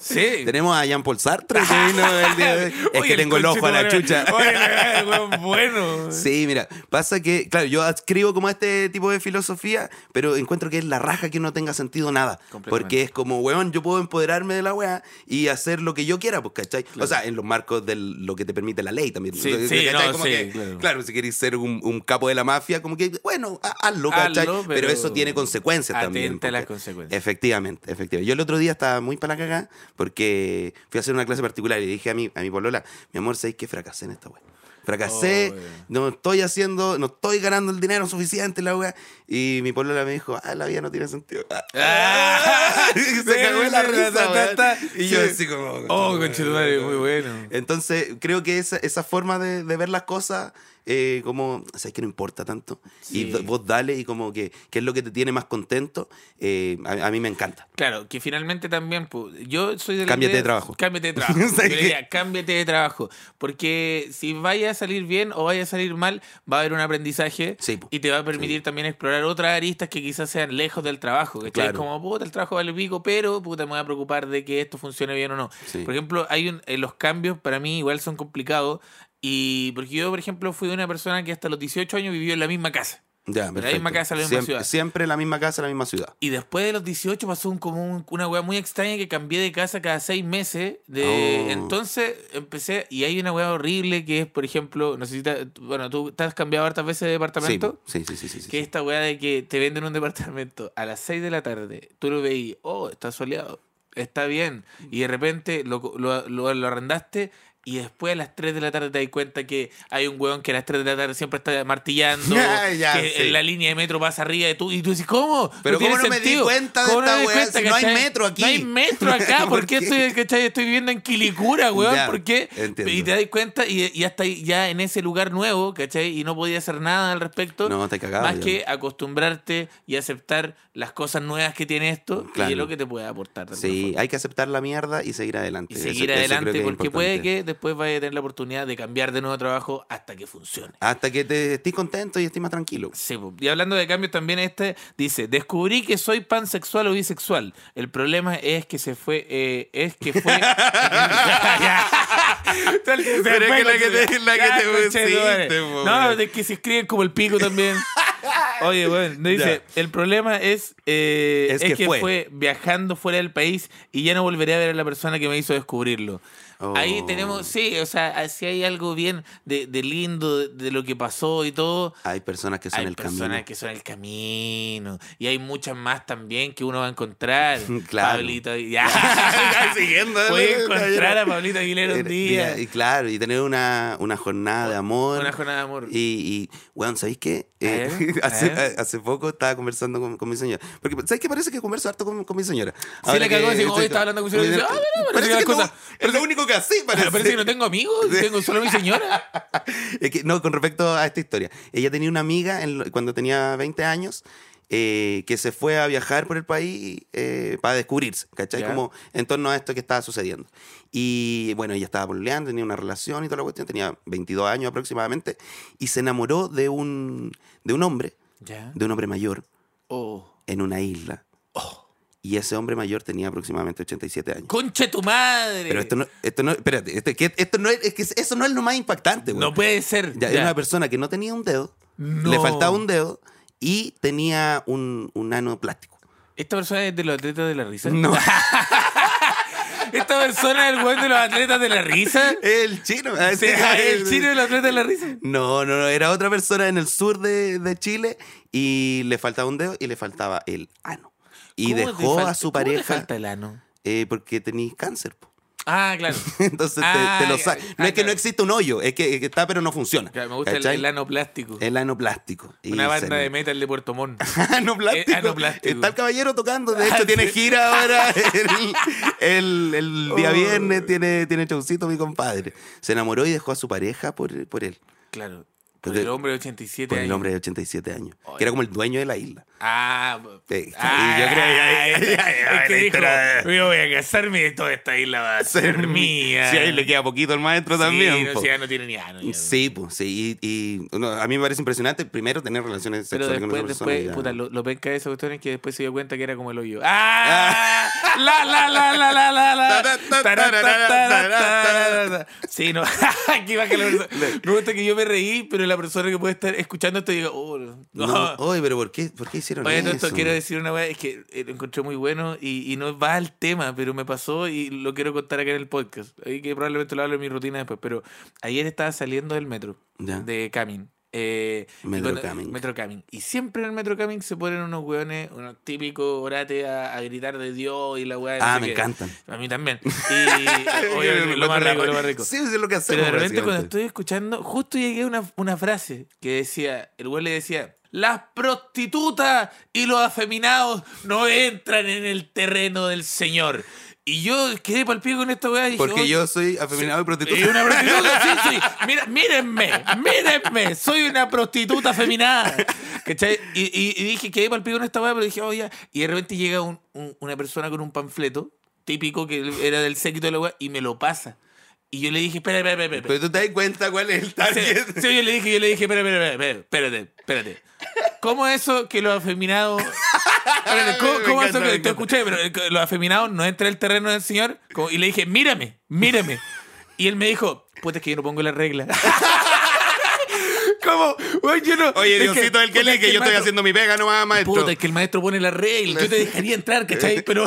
Speaker 2: Sí.
Speaker 3: Tenemos a Jean Paul Sartre que vino el día de hoy. Es
Speaker 2: Oye,
Speaker 3: que tengo el ojo a la
Speaker 2: conchetumare.
Speaker 3: chucha.
Speaker 2: Oye, la- weón, bueno. [LAUGHS]
Speaker 3: Sí, mira, pasa que, claro, yo adscribo como a este tipo de filosofía, pero encuentro que es la raja que no tenga sentido nada.
Speaker 2: Completamente.
Speaker 3: Porque es como, weón, yo puedo empoderarme de la weá y hacer lo que yo quiera, pues, ¿cachai? O sea, en los marcos de lo que te permite la ley también.
Speaker 2: Sí,
Speaker 3: ¿cachai?
Speaker 2: sí, no,
Speaker 3: Como
Speaker 2: sí,
Speaker 3: que,
Speaker 2: claro.
Speaker 3: claro. si queréis ser un, un capo de la mafia, como que, bueno, ha- hazlo, ¿cachai?
Speaker 2: Hazlo,
Speaker 3: pero, eso tiene consecuencias también.
Speaker 2: Atenta a las
Speaker 3: porque-
Speaker 2: consecuencias.
Speaker 3: Efectivamente, efectivamente. Yo el otro día estaba muy para la cagada porque fui a hacer una clase particular y le dije a mi, a mi polola, mi amor, ¿sabéis que fracasé en esta weá? Fracasé,
Speaker 2: Oh, yeah.
Speaker 3: no estoy haciendo, no estoy ganando el dinero suficiente, la weá. Y mi polola me dijo, ah, la vida no tiene sentido. [LAUGHS]
Speaker 2: Ah.
Speaker 3: se cagó en la
Speaker 2: Ta,
Speaker 3: risa,
Speaker 2: ta,
Speaker 3: weón.
Speaker 2: ta.
Speaker 3: Y yo
Speaker 2: Sí.
Speaker 3: así como...
Speaker 2: Oh, conchetumare, muy bueno.
Speaker 3: Entonces, creo que esa, esa forma de, de ver las cosas, eh, como, sabes que no importa tanto.
Speaker 2: Sí.
Speaker 3: Y d- vos dale y como que, que es lo que te tiene más contento, eh, a, a mí me encanta.
Speaker 2: Claro, que finalmente también, pu, yo soy de la
Speaker 3: Cámbiate
Speaker 2: idea-
Speaker 3: de trabajo. [LAUGHS]
Speaker 2: Cámbiate de trabajo.
Speaker 3: O sea,
Speaker 2: Yo
Speaker 3: que-
Speaker 2: diría, cámbiate de trabajo. Porque si vaya a salir bien o vaya a salir mal, va a haber un aprendizaje
Speaker 3: Sí, po.
Speaker 2: y te va a permitir también explorar otras aristas que quizás sean lejos del trabajo. ¿cachai?
Speaker 3: Claro.
Speaker 2: Es como, puta, el trabajo vale pico, pero puta, me voy a preocupar de que esto funcione bien o no.
Speaker 3: Sí.
Speaker 2: Por ejemplo, hay un- eh, los cambios para mí igual son complicados. Y porque yo, por ejemplo, fui una persona que hasta los 18 años vivió en la misma casa.
Speaker 3: Ya, perfecto.
Speaker 2: misma casa, la misma
Speaker 3: siempre,
Speaker 2: ciudad.
Speaker 3: Siempre la misma casa, la misma ciudad.
Speaker 2: Y después de los 18 pasó un, como un- una weá muy extraña que cambié de casa cada seis meses. De,
Speaker 3: Oh.
Speaker 2: Entonces empecé, y hay una weá horrible que es, por ejemplo, no sé si te- bueno, tú te has cambiado hartas veces de
Speaker 3: Sí,
Speaker 2: departamento.
Speaker 3: sí, sí, sí. sí, sí.
Speaker 2: Que esta weá de que te venden un departamento a las 6 de la tarde, tú lo veí, oh, está soleado, está bien, y de repente lo, co- lo, lo- lo arrendaste y después a las 3 de la tarde te das cuenta que hay un weón que a las 3 de la tarde siempre está
Speaker 3: [LAUGHS]
Speaker 2: martillando,
Speaker 3: Ya, Ah, ya,
Speaker 2: que
Speaker 3: sí.
Speaker 2: en la línea de metro pasa arriba de tú, y tú dices, ¿cómo?
Speaker 3: Pero
Speaker 2: tiene
Speaker 3: ¿cómo no me di
Speaker 2: sentido.
Speaker 3: cuenta de
Speaker 2: ¿Cómo
Speaker 3: esta
Speaker 2: me di
Speaker 3: weá si no hay
Speaker 2: cachai?
Speaker 3: metro aquí?
Speaker 2: No hay metro acá, ¿por,
Speaker 3: [LAUGHS] ¿Por
Speaker 2: qué,
Speaker 3: qué?
Speaker 2: Estoy, cachai? estoy viviendo en
Speaker 3: [LAUGHS]
Speaker 2: Quilicura, weón?
Speaker 3: Ya,
Speaker 2: ¿Por qué?
Speaker 3: entiendo.
Speaker 2: Y te das cuenta y, y ya está ahí- ya en ese lugar nuevo, ¿cachai? Y no podía hacer nada al respecto.
Speaker 3: No, te cagaba.
Speaker 2: Más que acostumbrarte y aceptar las cosas nuevas que tiene esto y
Speaker 3: Claro.
Speaker 2: lo que te puede aportar. de alguna
Speaker 3: Sí,
Speaker 2: forma.
Speaker 3: hay que aceptar la mierda y seguir adelante.
Speaker 2: Y
Speaker 3: Eso-
Speaker 2: seguir
Speaker 3: eso creo
Speaker 2: adelante
Speaker 3: que es
Speaker 2: porque puede
Speaker 3: importante.
Speaker 2: que después vayas a tener la oportunidad de cambiar de nuevo trabajo hasta que funcione.
Speaker 3: Hasta que te estés contento y estés más tranquilo.
Speaker 2: Sí, po. y hablando de cambios también este dice, descubrí que soy pansexual o bisexual. El problema es que se fue, eh, es que fue... [LAUGHS] Pero es
Speaker 3: Pero es que la que te- la que te pusiste,
Speaker 2: No,
Speaker 3: po, weón.
Speaker 2: es que se escriben como el pico también. [LAUGHS] Oye, bueno, dice, el problema es, eh, es,
Speaker 3: Es
Speaker 2: que,
Speaker 3: que
Speaker 2: fue.
Speaker 3: fue.
Speaker 2: viajando fuera del país y ya no volveré a ver a la persona que me hizo descubrirlo.
Speaker 3: Oh.
Speaker 2: Ahí tenemos, sí, o sea, si hay algo bien de, de lindo, de- de lo que pasó y todo,
Speaker 3: Hay personas que son
Speaker 2: hay
Speaker 3: el
Speaker 2: personas
Speaker 3: camino.
Speaker 2: que son el camino. Y hay muchas más también que uno va a encontrar.
Speaker 3: [LAUGHS] Claro.
Speaker 2: Pablito
Speaker 3: [LAUGHS]
Speaker 2: ya. [LAUGHS]
Speaker 3: Siguiendo, dale,
Speaker 2: Puede
Speaker 3: dale,
Speaker 2: encontrar
Speaker 3: dale.
Speaker 2: a Pablito Aguilera un
Speaker 3: Era-
Speaker 2: día.
Speaker 3: Y claro, y tener una, una jornada de amor.
Speaker 2: Una jornada de amor. Ah,
Speaker 3: Y, y weón, ¿sabéis qué?
Speaker 2: A
Speaker 3: Eh, [LAUGHS]
Speaker 2: ver, a
Speaker 3: hace,
Speaker 2: ver.
Speaker 3: a- hace poco estaba conversando con, con mi señora. Porque, ¿sabéis qué? Parece que converso harto con, con mi señora.
Speaker 2: Sí, le cagó, así como, "Oye, estaba hablando con mi señora", y dice, "Ah, mira, parece que
Speaker 3: Parece
Speaker 2: las
Speaker 3: que
Speaker 2: cosas-
Speaker 3: no- es lo único que así
Speaker 2: Pero parece que no tengo amigos,
Speaker 3: [LAUGHS]
Speaker 2: tengo solo a mi señora.
Speaker 3: Es que, no, con respecto a esta historia. Ella tenía una amiga en lo- cuando tenía 20 años eh, que se fue a viajar por el país eh, para descubrirse, ¿cachai?
Speaker 2: Ya.
Speaker 3: Como en torno a esto que estaba sucediendo. Y bueno, ella estaba pololeando, tenía una relación y toda la cuestión, tenía 22 años aproximadamente, y se enamoró de un, de un hombre,
Speaker 2: Ya.
Speaker 3: de un hombre mayor,
Speaker 2: Oh.
Speaker 3: en una isla. Y ese hombre mayor tenía aproximadamente 87 años.
Speaker 2: Conche tu madre.
Speaker 3: Pero esto no, esto no, espérate, este- que esto no es, es que eso no es lo más impactante, güey.
Speaker 2: No puede ser.
Speaker 3: Ya,
Speaker 2: Ya.
Speaker 3: Era una persona que no tenía un dedo,
Speaker 2: No. [LAUGHS]
Speaker 3: le faltaba un dedo y tenía un, un ano plástico.
Speaker 2: Esta persona es de los atletas de la risa.
Speaker 3: No,
Speaker 2: [LAUGHS] Esta persona es el weón de los atletas de la
Speaker 3: [LAUGHS]
Speaker 2: risa.
Speaker 3: el chino. Ah, sí.
Speaker 2: [LAUGHS] el chino de los atletas de la risa.
Speaker 3: No, no, no, era otra persona en el sur de, de Chile y le faltaba un dedo y le faltaba el ano. Y
Speaker 2: ¿Cómo te
Speaker 3: dejó
Speaker 2: falta-
Speaker 3: a su
Speaker 2: cómo le
Speaker 3: pareja
Speaker 2: falta el ano?
Speaker 3: eh, porque tenía cáncer. po. [LAUGHS]
Speaker 2: Ah, claro.
Speaker 3: Entonces te-
Speaker 2: Ah,
Speaker 3: te, lo
Speaker 2: ya,
Speaker 3: sa-
Speaker 2: ya,
Speaker 3: No es que
Speaker 2: claro.
Speaker 3: no existe un hoyo, es que, es que está pero no funciona.
Speaker 2: Claro, me gusta el,
Speaker 3: ¿cachai?
Speaker 2: el ano plástico.
Speaker 3: El ano plástico. Y
Speaker 2: Una banda
Speaker 3: se-
Speaker 2: de metal de Puerto Montt.
Speaker 3: [LAUGHS] ano plástico.
Speaker 2: Eh, ano plástico.
Speaker 3: Está el caballero tocando. De
Speaker 2: Ah,
Speaker 3: hecho, tiene
Speaker 2: sí. [LAUGHS]
Speaker 3: gira ahora. El, el- el día
Speaker 2: Oh.
Speaker 3: viernes tiene, tiene showcito mi compadre. Se enamoró y dejó a su pareja por, por él.
Speaker 2: Claro. Por
Speaker 3: Porque-
Speaker 2: el hombre de 87
Speaker 3: Por el
Speaker 2: años.
Speaker 3: hombre de 87 años.
Speaker 2: Ay.
Speaker 3: Que era como el dueño de la isla.
Speaker 2: Ah,
Speaker 3: Sí,
Speaker 2: ah,
Speaker 3: sí, yo creo que ahí-
Speaker 2: es que-
Speaker 3: ahí- ahí-
Speaker 2: es que
Speaker 3: ahí
Speaker 2: dijo,
Speaker 3: está.
Speaker 2: yo voy a casarme y toda esta isla va a ser mía.
Speaker 3: [LAUGHS] Sí, ahí le queda poquito al maestro
Speaker 2: Sí,
Speaker 3: también.
Speaker 2: no,
Speaker 3: po.
Speaker 2: si ya no tiene ni ano. ya.
Speaker 3: Sí, pues, sí. Y, y, no, a mí me parece impresionante primero tener relaciones
Speaker 2: Pero
Speaker 3: sexuales
Speaker 2: después,
Speaker 3: con otra persona. y
Speaker 2: después,
Speaker 3: ya.
Speaker 2: puta, lo, lo penca de esa cuestión es que después se dio cuenta que era como el
Speaker 3: [LAUGHS]
Speaker 2: hoyo. ¡Ah! ¡La, la, la, la, la, la, la! Tará, tará, tará, tará, tará. Sí, no. [LAUGHS] Aquí baja la persona. Me gusta que yo me reí, pero la persona que puede estar escuchando esto diga, oh, no. [LAUGHS]
Speaker 3: No, oye, pero ¿por qué, por qué hicieron
Speaker 2: Oye,
Speaker 3: eso?
Speaker 2: todo esto quiero decir una weá, es que eh, lo encontré muy bueno y, y no va al tema, pero me pasó y lo quiero contar acá en el podcast. Ahí que probablemente lo hablo en mi rutina después, pero ayer estaba saliendo del metro
Speaker 3: Ya.
Speaker 2: de Camin. eh, y
Speaker 3: Metro
Speaker 2: cuando-
Speaker 3: Camin.
Speaker 2: Metro Camin. Y siempre en el Metro Camin se ponen unos weones, unos típicos orates a, a gritar de Dios y la weá. de no
Speaker 3: Ah,
Speaker 2: sé
Speaker 3: me
Speaker 2: qué.
Speaker 3: encantan.
Speaker 2: A mí
Speaker 3: [LAUGHS]
Speaker 2: también. Y obviamente, lo más rico, lo más rico.
Speaker 3: Sí, eso es lo que
Speaker 2: [LAUGHS]
Speaker 3: hacemos.
Speaker 2: Pero de repente cuando
Speaker 3: básicamente.
Speaker 2: estoy escuchando, justo llegué a una, una frase que decía, el güey le decía, las prostitutas y los afeminados no entran en el terreno del Señor. Y yo quedé pal pie con esta weá y dije, "Oh,
Speaker 3: Porque yo soy afeminado y prostituta.
Speaker 2: y una [LAUGHS]
Speaker 3: [LAUGHS]
Speaker 2: prostituta, sí, sí. Mira, mírenme, mírenme. Soy una prostituta feminada. ¿Cachai? Y, y, y dije, quedé palpico en esta weá, pero dije, oye, y de repente llega un- un- una persona con un panfleto típico que era del séquito de la weá y me lo pasa. Y yo le dije, espera, espera, espera. espera".
Speaker 3: Pero tú te das cuenta cuál
Speaker 2: [LAUGHS]
Speaker 3: es el target.
Speaker 2: Sí, sí, yo le dije, yo le dije, espera, espera, espera, espérate, espérate. ¿Cómo eso que los afeminados. Espérate, ¿Cómo,
Speaker 3: Me
Speaker 2: cómo
Speaker 3: encanta,
Speaker 2: eso
Speaker 3: me
Speaker 2: que
Speaker 3: encanta.
Speaker 2: te escuché? Pero eh, que los afeminados no entra el terreno del señor. Como- y le dije, mírame, mírame. Y él me dijo, puta, es que yo no pongo la regla. ¿Cómo? [LAUGHS] Oye, yo no.
Speaker 3: [LAUGHS] Oye,
Speaker 2: es
Speaker 3: Diosito del
Speaker 2: puta,
Speaker 3: que lee,
Speaker 2: es
Speaker 3: que
Speaker 2: el
Speaker 3: yo estoy
Speaker 2: maestro-
Speaker 3: haciendo mi pega nomás, maestro.
Speaker 2: Puta, es que el maestro pone la regla. [LAUGHS] Yo te dejaría entrar, [LAUGHS] ¿cachai? Pero,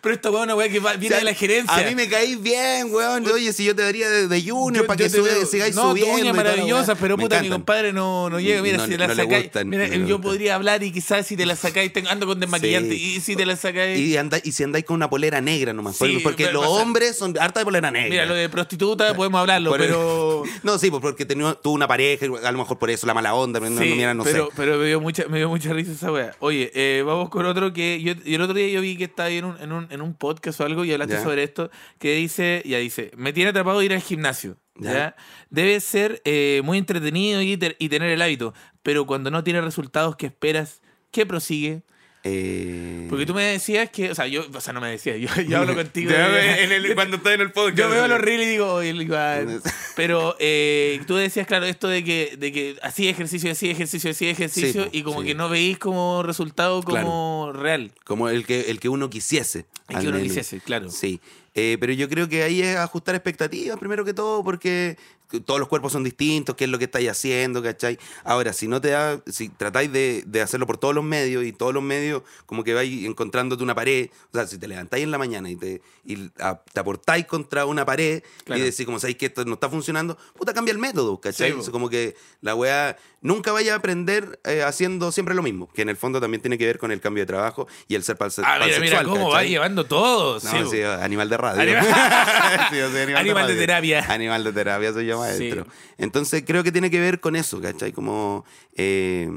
Speaker 2: pero esta weá es una weá que va- viene
Speaker 3: O sea,
Speaker 2: de la gerencia.
Speaker 3: A mí me caís bien, weón. Oye, si yo te daría de, de Junior
Speaker 2: Yo-
Speaker 3: para
Speaker 2: yo
Speaker 3: que
Speaker 2: te
Speaker 3: sube,
Speaker 2: veo-
Speaker 3: sigáis
Speaker 2: no,
Speaker 3: subiendo. y
Speaker 2: uñas
Speaker 3: toda la
Speaker 2: maravillosas,
Speaker 3: weá.
Speaker 2: pero
Speaker 3: Me
Speaker 2: puta, mi
Speaker 3: encantan.
Speaker 2: compadre no, no llega. Mira,
Speaker 3: No-
Speaker 2: si te la
Speaker 3: no le
Speaker 2: sacáis.
Speaker 3: gustan,
Speaker 2: mira,
Speaker 3: no le
Speaker 2: yo
Speaker 3: gustan.
Speaker 2: podría hablar y quizás si te la sacáis, tengo- ando con desmaquillante.
Speaker 3: Sí.
Speaker 2: Y si te la sacáis.
Speaker 3: Y, anda- y si andáis con una polera negra nomás.
Speaker 2: Sí,
Speaker 3: porque- porque
Speaker 2: me
Speaker 3: los
Speaker 2: pasa.
Speaker 3: hombres son harta de polera negra.
Speaker 2: mira, lo de prostituta podemos hablarlo,
Speaker 3: Por el-
Speaker 2: pero.
Speaker 3: [LAUGHS] No, sí, pues porque tenía, tuvo una pareja, a lo mejor por eso la mala onda, no, no,
Speaker 2: Sí,
Speaker 3: mira, no
Speaker 2: pero,
Speaker 3: sé.
Speaker 2: pero me dio mucha, me dio mucha risa esa weá. Oye, eh, vamos con otro que yo y el otro día yo vi que estaba ahí en un, en un, en un podcast o algo y hablaste
Speaker 3: Ya.
Speaker 2: sobre esto, que dice, ya dice, me tiene atrapado ir al gimnasio.
Speaker 3: Ya.
Speaker 2: ¿Ya? Debe ser eh, muy entretenido y, te- y tener el hábito, pero cuando no tiene resultados que esperas, ¿qué prosigue?
Speaker 3: Eh,
Speaker 2: Porque tú me decías que, o sea, yo, o sea, no me decías, yo, yo hablo contigo.
Speaker 3: [LAUGHS] Ya ve,
Speaker 2: eh,
Speaker 3: en el- cuando estoy en el podcast.
Speaker 2: yo veo
Speaker 3: [LAUGHS]
Speaker 2: los reels y digo, "Oye, el Iván". Pero eh, tú decías, claro, esto de que, de que así ejercicio, así ejercicio, así ejercicio,
Speaker 3: po,
Speaker 2: y como
Speaker 3: sí.
Speaker 2: que no veís como resultado como real.
Speaker 3: Como el que, el que uno quisiese.
Speaker 2: El
Speaker 3: al
Speaker 2: que uno
Speaker 3: menos.
Speaker 2: quisiese, claro.
Speaker 3: Sí. Eh, pero yo creo que ahí es ajustar expectativas, primero que todo, porque todos los cuerpos son distintos, qué es lo que estáis haciendo, ¿cachai? Ahora, si no te da, si tratáis de, de hacerlo por todos los medios y todos los medios, como que vais encontrándote una pared, o sea, si te levantáis en la mañana y te, y a- te aportáis contra una pared
Speaker 2: Claro.
Speaker 3: y decís, como sabéis que esto no está funcionando, puta, cambia el método, ¿cachai?
Speaker 2: Sí, po.
Speaker 3: Eso como que la weá nunca vaya a aprender eh, haciendo siempre lo mismo, que en el fondo también tiene que ver con el cambio de trabajo y el ser panse-
Speaker 2: Ah, mira, mira
Speaker 3: pansexual,
Speaker 2: cómo va
Speaker 3: ¿cachai?
Speaker 2: llevando todo. sí,
Speaker 3: No,
Speaker 2: po.
Speaker 3: sí, animal de radio.
Speaker 2: Animal-
Speaker 3: [LAUGHS]
Speaker 2: [LAUGHS]
Speaker 3: Sí, yo soy
Speaker 2: Animal de
Speaker 3: radio.
Speaker 2: terapia.
Speaker 3: Animal de terapia soy yo maestro.
Speaker 2: Sí.
Speaker 3: Entonces creo que tiene que ver con eso, ¿cachai? Como eh,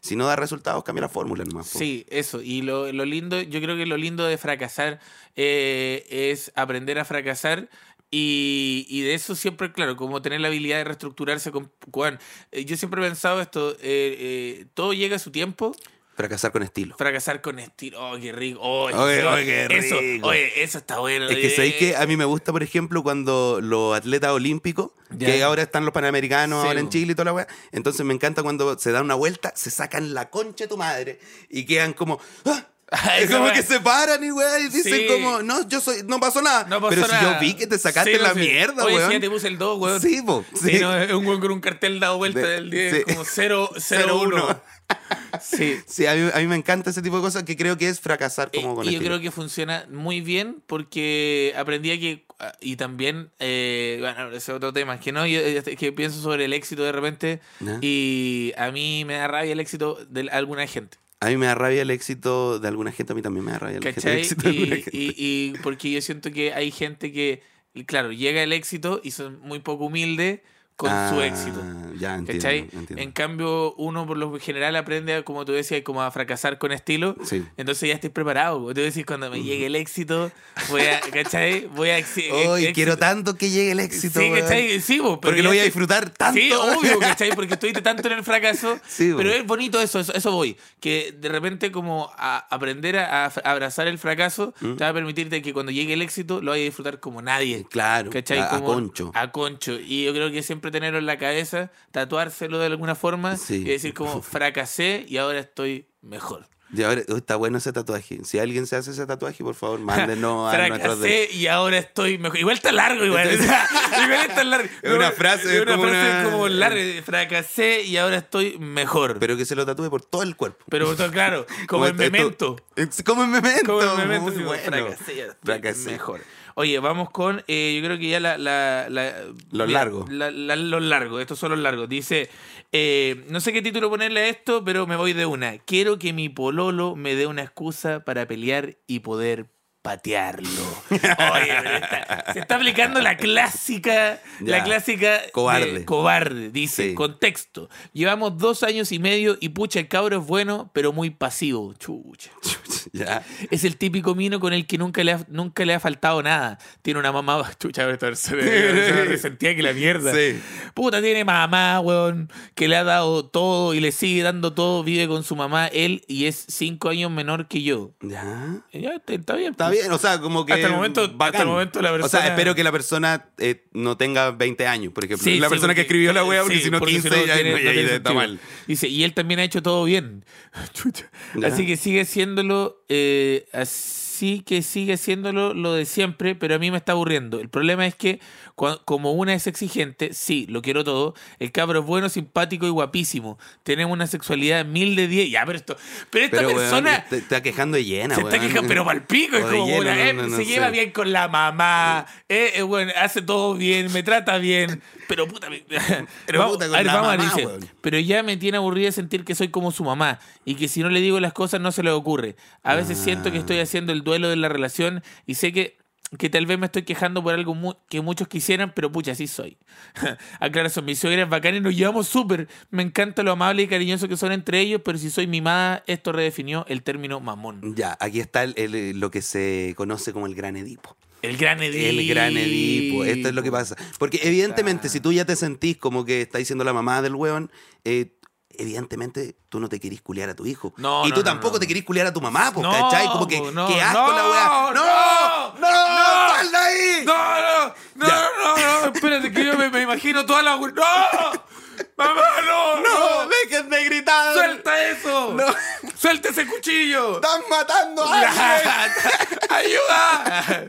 Speaker 3: si no da resultados, cambia la fórmula nomás. po.
Speaker 2: Sí, eso. Y lo, lo lindo, yo creo que lo lindo de fracasar eh, es aprender a fracasar. Y, y de eso siempre, claro, como tener la habilidad de reestructurarse con Juan. Eh, yo siempre he pensado esto, eh, eh, todo llega a su tiempo,
Speaker 3: Fracasar con estilo.
Speaker 2: fracasar con estilo, oh, qué rico, oh,
Speaker 3: Oye,
Speaker 2: eso-
Speaker 3: oye, qué
Speaker 2: eso,
Speaker 3: rico.
Speaker 2: oye, eso está bueno.
Speaker 3: Es que
Speaker 2: eh,
Speaker 3: sabéis
Speaker 2: [LAUGHS]
Speaker 3: que a mí me gusta, por ejemplo, cuando los atletas olímpicos,
Speaker 2: Ya.
Speaker 3: que ahora están los panamericanos,
Speaker 2: Sí,
Speaker 3: ahora en
Speaker 2: po.
Speaker 3: Chile y toda la weá, entonces me encanta cuando se dan una vuelta, se sacan la concha de tu madre y quedan como. ¡Ah!
Speaker 2: Ah,
Speaker 3: [LAUGHS] Es
Speaker 2: esa
Speaker 3: como
Speaker 2: weá.
Speaker 3: que se paran y weá, y dicen
Speaker 2: Sí.
Speaker 3: como, no, yo soy, no pasó nada.
Speaker 2: No pasó
Speaker 3: Pero si
Speaker 2: nada.
Speaker 3: yo vi que te sacaste
Speaker 2: Sí, no,
Speaker 3: la
Speaker 2: sí.
Speaker 3: mierda,
Speaker 2: Oye,
Speaker 3: weón.
Speaker 2: si ya te puse el 2, weón.
Speaker 3: Sí, po,
Speaker 2: Sí, eh.
Speaker 3: sí.
Speaker 2: no, es un weón con un cartel dado vuelta
Speaker 3: De- [LAUGHS]
Speaker 2: del 10,
Speaker 3: sí.
Speaker 2: como 0, 0,
Speaker 3: Cero
Speaker 2: 1.
Speaker 3: uno.
Speaker 2: [LAUGHS] Sí.
Speaker 3: Sí, a mí, a mí me encanta ese tipo de cosas que creo que es fracasar como
Speaker 2: Eh,
Speaker 3: con este
Speaker 2: y yo
Speaker 3: estilo.
Speaker 2: creo que funciona muy bien porque aprendí a que ah, y también eh, bueno ese es otro tema es que no yo eh, que pienso sobre el éxito de repente
Speaker 3: ¿No?
Speaker 2: y a mí me da rabia el éxito de alguna gente
Speaker 3: A mí me da rabia el éxito de alguna gente, a mí también me da rabia el, éxito- el
Speaker 2: ¿Cachai?
Speaker 3: [LAUGHS] éxito de alguna
Speaker 2: Y,
Speaker 3: gente.
Speaker 2: y- y porque yo siento que hay gente que, y claro, llega el éxito y son muy poco humildes con su
Speaker 3: Ah,
Speaker 2: éxito.
Speaker 3: Ya, entiendo.
Speaker 2: ¿Cachai?
Speaker 3: entiendo.
Speaker 2: En cambio, uno por lo general aprende, a, como tú decías, como a fracasar con estilo.
Speaker 3: Sí.
Speaker 2: Entonces ya estoy preparado. Tú decís, cuando me llegue el éxito, voy a, ¿cachai? Voy a... exi-
Speaker 3: [LAUGHS] Hoy
Speaker 2: eh, éxito.
Speaker 3: quiero tanto que llegue el éxito.
Speaker 2: Sí,
Speaker 3: weón,
Speaker 2: ¿cachai? Sí, vos, pero
Speaker 3: Porque lo
Speaker 2: ya
Speaker 3: voy a
Speaker 2: estoy-
Speaker 3: disfrutar tanto.
Speaker 2: Sí, obvio, ¿cachai? Porque estuviste tanto en el fracaso.
Speaker 3: [LAUGHS] Sí,
Speaker 2: pero
Speaker 3: weón.
Speaker 2: es bonito eso, eso, eso voy. Que de repente como a- aprender a, a abrazar el fracaso
Speaker 3: ¿Mm?
Speaker 2: te va a permitirte que cuando llegue el éxito lo vayas a disfrutar como nadie.
Speaker 3: [LAUGHS] Claro,
Speaker 2: ¿Cachai?
Speaker 3: a, a
Speaker 2: Como
Speaker 3: concho.
Speaker 2: A concho. Y yo creo que siempre tenerlo en la cabeza, tatuárselo de alguna forma
Speaker 3: Sí.
Speaker 2: y decir como fracasé y ahora estoy mejor.
Speaker 3: Y ahora, oh, está bueno ese tatuaje. Si alguien se hace ese tatuaje, por
Speaker 2: [LAUGHS]
Speaker 3: favor, mándenos a nuestros... de-
Speaker 2: Fracasé y ahora estoy mejor. Igual está largo, igual.
Speaker 3: [LAUGHS]
Speaker 2: [LAUGHS] igual está largo.
Speaker 3: Es una frase, es
Speaker 2: una
Speaker 3: como
Speaker 2: frase
Speaker 3: una-
Speaker 2: como larga. Fracasé y ahora estoy mejor.
Speaker 3: Pero que se lo tatúe por todo el cuerpo.
Speaker 2: Pero todo claro, como el
Speaker 3: este, esto- esto-
Speaker 2: memento.
Speaker 3: Es Como en memento.
Speaker 2: Como el memento.
Speaker 3: muy
Speaker 2: sí,
Speaker 3: bueno.
Speaker 2: fracasé, ya estoy
Speaker 3: Fracasé.
Speaker 2: Mejor. Oye, vamos con. eh, yo creo que ya la. la, la-
Speaker 3: Los
Speaker 2: mira,
Speaker 3: largos.
Speaker 2: la- la- los largos, estos son los largos. Dice. eh, no sé qué título ponerle a esto, pero me voy de una. Quiero que mi pololo me dé una excusa para pelear y poder
Speaker 3: [LAUGHS]
Speaker 2: patearlo. Oye, pero está- se está aplicando la clásica, la
Speaker 3: Ya.
Speaker 2: clásica de-
Speaker 3: Cobarde.
Speaker 2: cobarde, dice.
Speaker 3: Sí.
Speaker 2: Contexto. Llevamos dos años y medio y pucha, el cabro es bueno, pero muy pasivo. Chucha.
Speaker 3: Ya.
Speaker 2: Es el típico mino con el que nunca le ha, nunca le ha faltado nada. Tiene una mamá. [LAUGHS] Chucha, ahora esto se me- se me resentía que la mierda.
Speaker 3: Sí.
Speaker 2: Puta, tiene mamá, weón, que le ha dado todo y le sigue dando todo. Vive con su mamá, él, y es cinco años menor que yo.
Speaker 3: Ya.
Speaker 2: Y Ya, te- está bien.
Speaker 3: Está
Speaker 2: pues.
Speaker 3: bien, o sea, como que.
Speaker 2: Hasta el momento- hasta
Speaker 3: bacán.
Speaker 2: el momento la
Speaker 3: O
Speaker 2: persona-
Speaker 3: sea, espero que la persona eh, no tenga 20 años, por ejemplo.
Speaker 2: Sí,
Speaker 3: la
Speaker 2: sí,
Speaker 3: persona que
Speaker 2: porque-
Speaker 3: escribió la wea, porque
Speaker 2: sí,
Speaker 3: si no 15, ya,
Speaker 2: tiene-
Speaker 3: no,
Speaker 2: no
Speaker 3: ya-
Speaker 2: tiene
Speaker 3: ya está
Speaker 2: sentido.
Speaker 3: mal.
Speaker 2: Dice, y él también ha hecho todo bien. [LAUGHS] Chucha.
Speaker 3: Ya.
Speaker 2: Así que sigue siéndolo, eh, así que sigue siéndolo lo de siempre, pero a mí me está aburriendo. El problema es que cua- como una es exigente, sí, lo quiero todo, el cabro es bueno, simpático y guapísimo. Tenemos una sexualidad mil de diez. Ya, pero esto, pero esta
Speaker 3: Pero, weón,
Speaker 2: persona
Speaker 3: te, te está quejando de llena,
Speaker 2: se está
Speaker 3: weón.
Speaker 2: quejando, pero pal pico, es
Speaker 3: O de
Speaker 2: como
Speaker 3: lleno,
Speaker 2: una,
Speaker 3: no,
Speaker 2: eh,
Speaker 3: no, no
Speaker 2: se
Speaker 3: sé.
Speaker 2: lleva bien con la mamá, eh, eh, bueno, hace todo bien, me trata bien, pero puta, me-
Speaker 3: [LAUGHS]
Speaker 2: [LAUGHS]
Speaker 3: Pero
Speaker 2: Vamos-
Speaker 3: puta con
Speaker 2: a ver,
Speaker 3: la
Speaker 2: vamos a ver,
Speaker 3: mamá,
Speaker 2: dice,
Speaker 3: weón.
Speaker 2: pero ya me tiene aburrida sentir que soy como su mamá y que si no le digo las cosas no se le ocurre. A veces
Speaker 3: Ah.
Speaker 2: siento que estoy haciendo el duelo de la relación y sé que que tal vez me estoy quejando por algo mu- que muchos quisieran, pero pucha, así soy. [LAUGHS] Aclaración, mi suegra es bacana y nos llevamos súper. Me encanta lo amable y cariñoso que son entre ellos, pero si soy mimada, esto redefinió el término mamón.
Speaker 3: Ya, aquí está el- el- lo que se conoce como el gran Edipo.
Speaker 2: El gran Edipo.
Speaker 3: El gran Edipo. Esto es lo que pasa. Porque evidentemente, si tú ya te sentís como que está diciendo la mamá del weón, eh, evidentemente tú no te querís culiar a tu hijo.
Speaker 2: No,
Speaker 3: y
Speaker 2: no,
Speaker 3: tú
Speaker 2: no,
Speaker 3: tampoco
Speaker 2: no.
Speaker 3: te querís culiar a tu mamá, pues,
Speaker 2: No,
Speaker 3: ¿cachai? Como que,
Speaker 2: po, no,
Speaker 3: qué asco la
Speaker 2: no,
Speaker 3: weá.
Speaker 2: no,
Speaker 3: ¡No!
Speaker 2: no.
Speaker 3: ¡No! ¡No! ¡Sal de ahí!
Speaker 2: No, no, no,
Speaker 3: Ya.
Speaker 2: no, no, espérate que yo me, me imagino toda la... ¡No! ¡Mamá, no! ¡No!
Speaker 3: ¡No! ¡Dejen de gritar!
Speaker 2: ¡Suelta eso!
Speaker 3: No.
Speaker 2: ¡Suelta ese cuchillo!
Speaker 3: ¡Están matando a alguien!
Speaker 2: ¡Ayuda!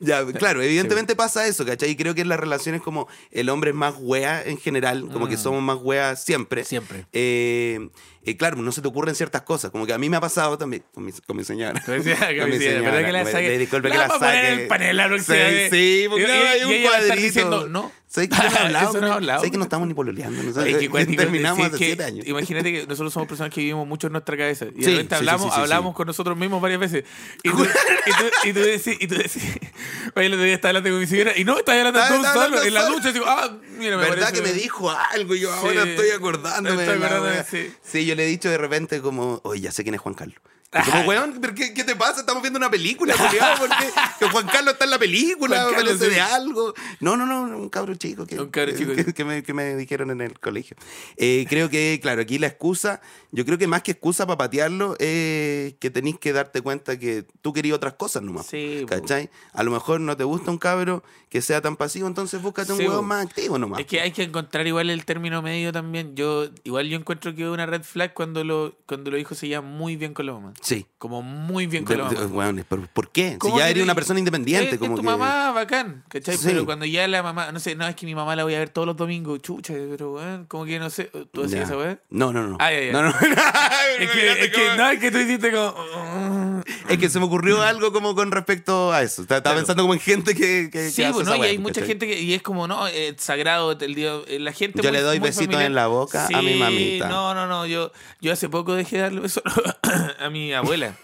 Speaker 3: Ya, claro, evidentemente pasa eso, ¿cachai? Y creo que en las relaciones como el hombre es más wea en general, como
Speaker 2: Mm.
Speaker 3: que somos más wea siempre.
Speaker 2: Siempre.
Speaker 3: Eh, eh, claro, no se te ocurren ciertas cosas, como que a mí me ha pasado también con mi, con mi señora. [LAUGHS]
Speaker 2: Pues sí,
Speaker 3: Con mi
Speaker 2: sí, la verdad
Speaker 3: señora,
Speaker 2: que la
Speaker 3: me-
Speaker 2: saqué.
Speaker 3: le disculpe
Speaker 2: La
Speaker 3: que la
Speaker 2: vamos a poner
Speaker 3: saque.
Speaker 2: en el panel la próxima
Speaker 3: Sí,
Speaker 2: vez.
Speaker 3: sí, porque
Speaker 2: Y-
Speaker 3: no, hay
Speaker 2: y-
Speaker 3: un
Speaker 2: y ella va a estar
Speaker 3: cuadrito.
Speaker 2: diciendo, no.
Speaker 3: ¿Sabes que yo no he hablado?
Speaker 2: [LAUGHS] Eso no he hablado.
Speaker 3: ¿Sabes que no estamos ni pololeando? No
Speaker 2: Oye, qué cuático,
Speaker 3: eh, [LAUGHS] terminamos
Speaker 2: decir
Speaker 3: hace
Speaker 2: que-
Speaker 3: siete años.
Speaker 2: Imagínate que nosotros somos personas que vivimos mucho en nuestra cabeza. Y de
Speaker 3: Sí,
Speaker 2: repente
Speaker 3: sí, sí,
Speaker 2: hablamos,
Speaker 3: sí, sí,
Speaker 2: hablamos
Speaker 3: sí.
Speaker 2: con nosotros mismos varias veces. Y
Speaker 3: [LAUGHS]
Speaker 2: tú, y tú, y tú decís, y tú decís, [LAUGHS] oye, el otro día estaba hablando con mi señora y no, estaba hablando
Speaker 3: Estaba-
Speaker 2: tú solo
Speaker 3: estaba hablando
Speaker 2: en la
Speaker 3: solo.
Speaker 2: ducha. Y digo, ah, mira, me
Speaker 3: ¿Verdad
Speaker 2: parece-
Speaker 3: que me dijo algo? Yo ahora
Speaker 2: Sí.
Speaker 3: estoy acordándome.
Speaker 2: Estoy
Speaker 3: de la
Speaker 2: acordándome,
Speaker 3: wea.
Speaker 2: sí.
Speaker 3: yo le he dicho de repente como, oye, ya sé quién es Juan Carlos. Y
Speaker 2: Ah.
Speaker 3: como, weón, ¿pero qué, qué te pasa? Estamos viendo una película,
Speaker 2: [LAUGHS]
Speaker 3: culiao, porque que Juan Carlos está en la película,
Speaker 2: Juan Carlos,
Speaker 3: parece
Speaker 2: sí.
Speaker 3: de algo. No, no, no, un cabro chico que,
Speaker 2: Un cabro chico.
Speaker 3: [LAUGHS] que, que me, que me dijeron en el colegio. Eh, creo que, claro, aquí la excusa, yo creo que más que excusa para patearlo, es que tenéis que darte cuenta que tú querías otras cosas nomás.
Speaker 2: Sí, po.
Speaker 3: ¿Cachai? A lo mejor no te gusta un cabro que sea tan pasivo, entonces búscate un
Speaker 2: Sí, po.
Speaker 3: huevo más activo nomás.
Speaker 2: Es que hay que encontrar igual el término medio también. Yo igual yo encuentro que una red flag cuando lo cuando los hijos se llevan muy bien con la mamá.
Speaker 3: Sí.
Speaker 2: Como muy bien
Speaker 3: De-
Speaker 2: con la mamá.
Speaker 3: de- bueno, pero ¿por qué? Si
Speaker 2: ¿Cómo
Speaker 3: ya
Speaker 2: que
Speaker 3: eres
Speaker 2: te-
Speaker 3: una persona independiente,
Speaker 2: Es
Speaker 3: como
Speaker 2: tu
Speaker 3: que-
Speaker 2: mamá, bacán, ¿cachai?
Speaker 3: Sí.
Speaker 2: Pero cuando ya la mamá, no sé, no, es que mi mamá la voy a ver todos los domingos, chucha, pero weón, como que no sé, ¿tú hacías
Speaker 3: Ya.
Speaker 2: esa weón?
Speaker 3: No, no, no.
Speaker 2: Ah, ya, ya.
Speaker 3: No, [LAUGHS] no.
Speaker 2: Es que, es que, no, es que tú hiciste como...
Speaker 3: [LAUGHS] Es que se me ocurrió algo como con respecto a eso. Estaba estaba
Speaker 2: Claro.
Speaker 3: pensando como en gente que. que- que
Speaker 2: Sí,
Speaker 3: hace
Speaker 2: pues,
Speaker 3: esa
Speaker 2: ¿no? y
Speaker 3: weá,
Speaker 2: hay mucha
Speaker 3: ¿cachai?
Speaker 2: gente que, y es como, no, eh, sagrado el día, eh, la gente
Speaker 3: Yo
Speaker 2: muy-
Speaker 3: le doy
Speaker 2: muy
Speaker 3: besitos
Speaker 2: familiar.
Speaker 3: en la boca a mi
Speaker 2: Sí,
Speaker 3: mamita.
Speaker 2: no, no, no, yo, yo hace poco dejé de darle besos [COUGHS] a mi abuela,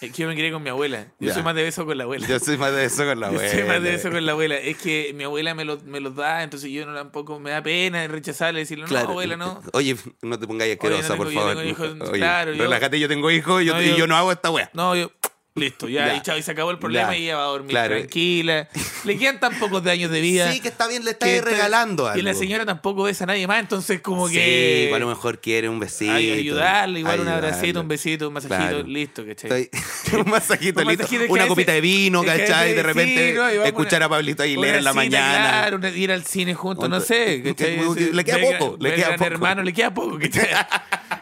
Speaker 2: es que yo me crié con mi abuela, yo
Speaker 3: Ya.
Speaker 2: soy más de beso con la abuela.
Speaker 3: Yo soy más de eso con la
Speaker 2: [LAUGHS] Yo
Speaker 3: wea.
Speaker 2: soy más de eso con la abuela. Es que mi abuela me los me los da, entonces yo no tampoco me da pena rechazarle, decirle, no, abuela, no.
Speaker 3: Oye, no te pongáis
Speaker 2: no
Speaker 3: asquerosa,
Speaker 2: tengo-
Speaker 3: por
Speaker 2: yo
Speaker 3: favor.
Speaker 2: tengo hijos,
Speaker 3: Oye,
Speaker 2: claro, yo-
Speaker 3: relájate, yo tengo hijos y yo,
Speaker 2: No,
Speaker 3: y
Speaker 2: yo-
Speaker 3: yo no hago esta wea.
Speaker 2: No, yo, listo, ya,
Speaker 3: Ya.
Speaker 2: y chao, y se acabó el problema
Speaker 3: Ya.
Speaker 2: y ella va a dormir
Speaker 3: Claro.
Speaker 2: tranquila. Le quedan tan pocos de años de vida.
Speaker 3: Sí, que está bien,
Speaker 2: que
Speaker 3: le estáis
Speaker 2: está-
Speaker 3: regalando algo.
Speaker 2: Y la señora tampoco besa a nadie más, entonces como
Speaker 3: Sí,
Speaker 2: que...
Speaker 3: igual a lo mejor quiere un besito.
Speaker 2: hay que ayudarle, igual un
Speaker 3: ayudarle.
Speaker 2: abracito, un besito, un masajito,
Speaker 3: Claro.
Speaker 2: listo, ¿cachai? [LAUGHS]
Speaker 3: Estoy- un masajito,
Speaker 2: Un
Speaker 3: listo.
Speaker 2: masajito, es que a
Speaker 3: una
Speaker 2: veces-
Speaker 3: copita de vino,
Speaker 2: es que a
Speaker 3: ¿cachai?
Speaker 2: veces
Speaker 3: De repente
Speaker 2: sí, ¿no? Y vamos
Speaker 3: escuchar a Pablito Aguilera
Speaker 2: Una
Speaker 3: en la
Speaker 2: cena,
Speaker 3: mañana. [LAUGHS]
Speaker 2: Claro, una- ir al cine juntos, no sé. ¿cachai?
Speaker 3: Le queda
Speaker 2: Ver-
Speaker 3: poco, le
Speaker 2: ver
Speaker 3: queda
Speaker 2: Gran
Speaker 3: poco.
Speaker 2: hermano, le queda poco.
Speaker 3: [LAUGHS]
Speaker 2: ¿cachai?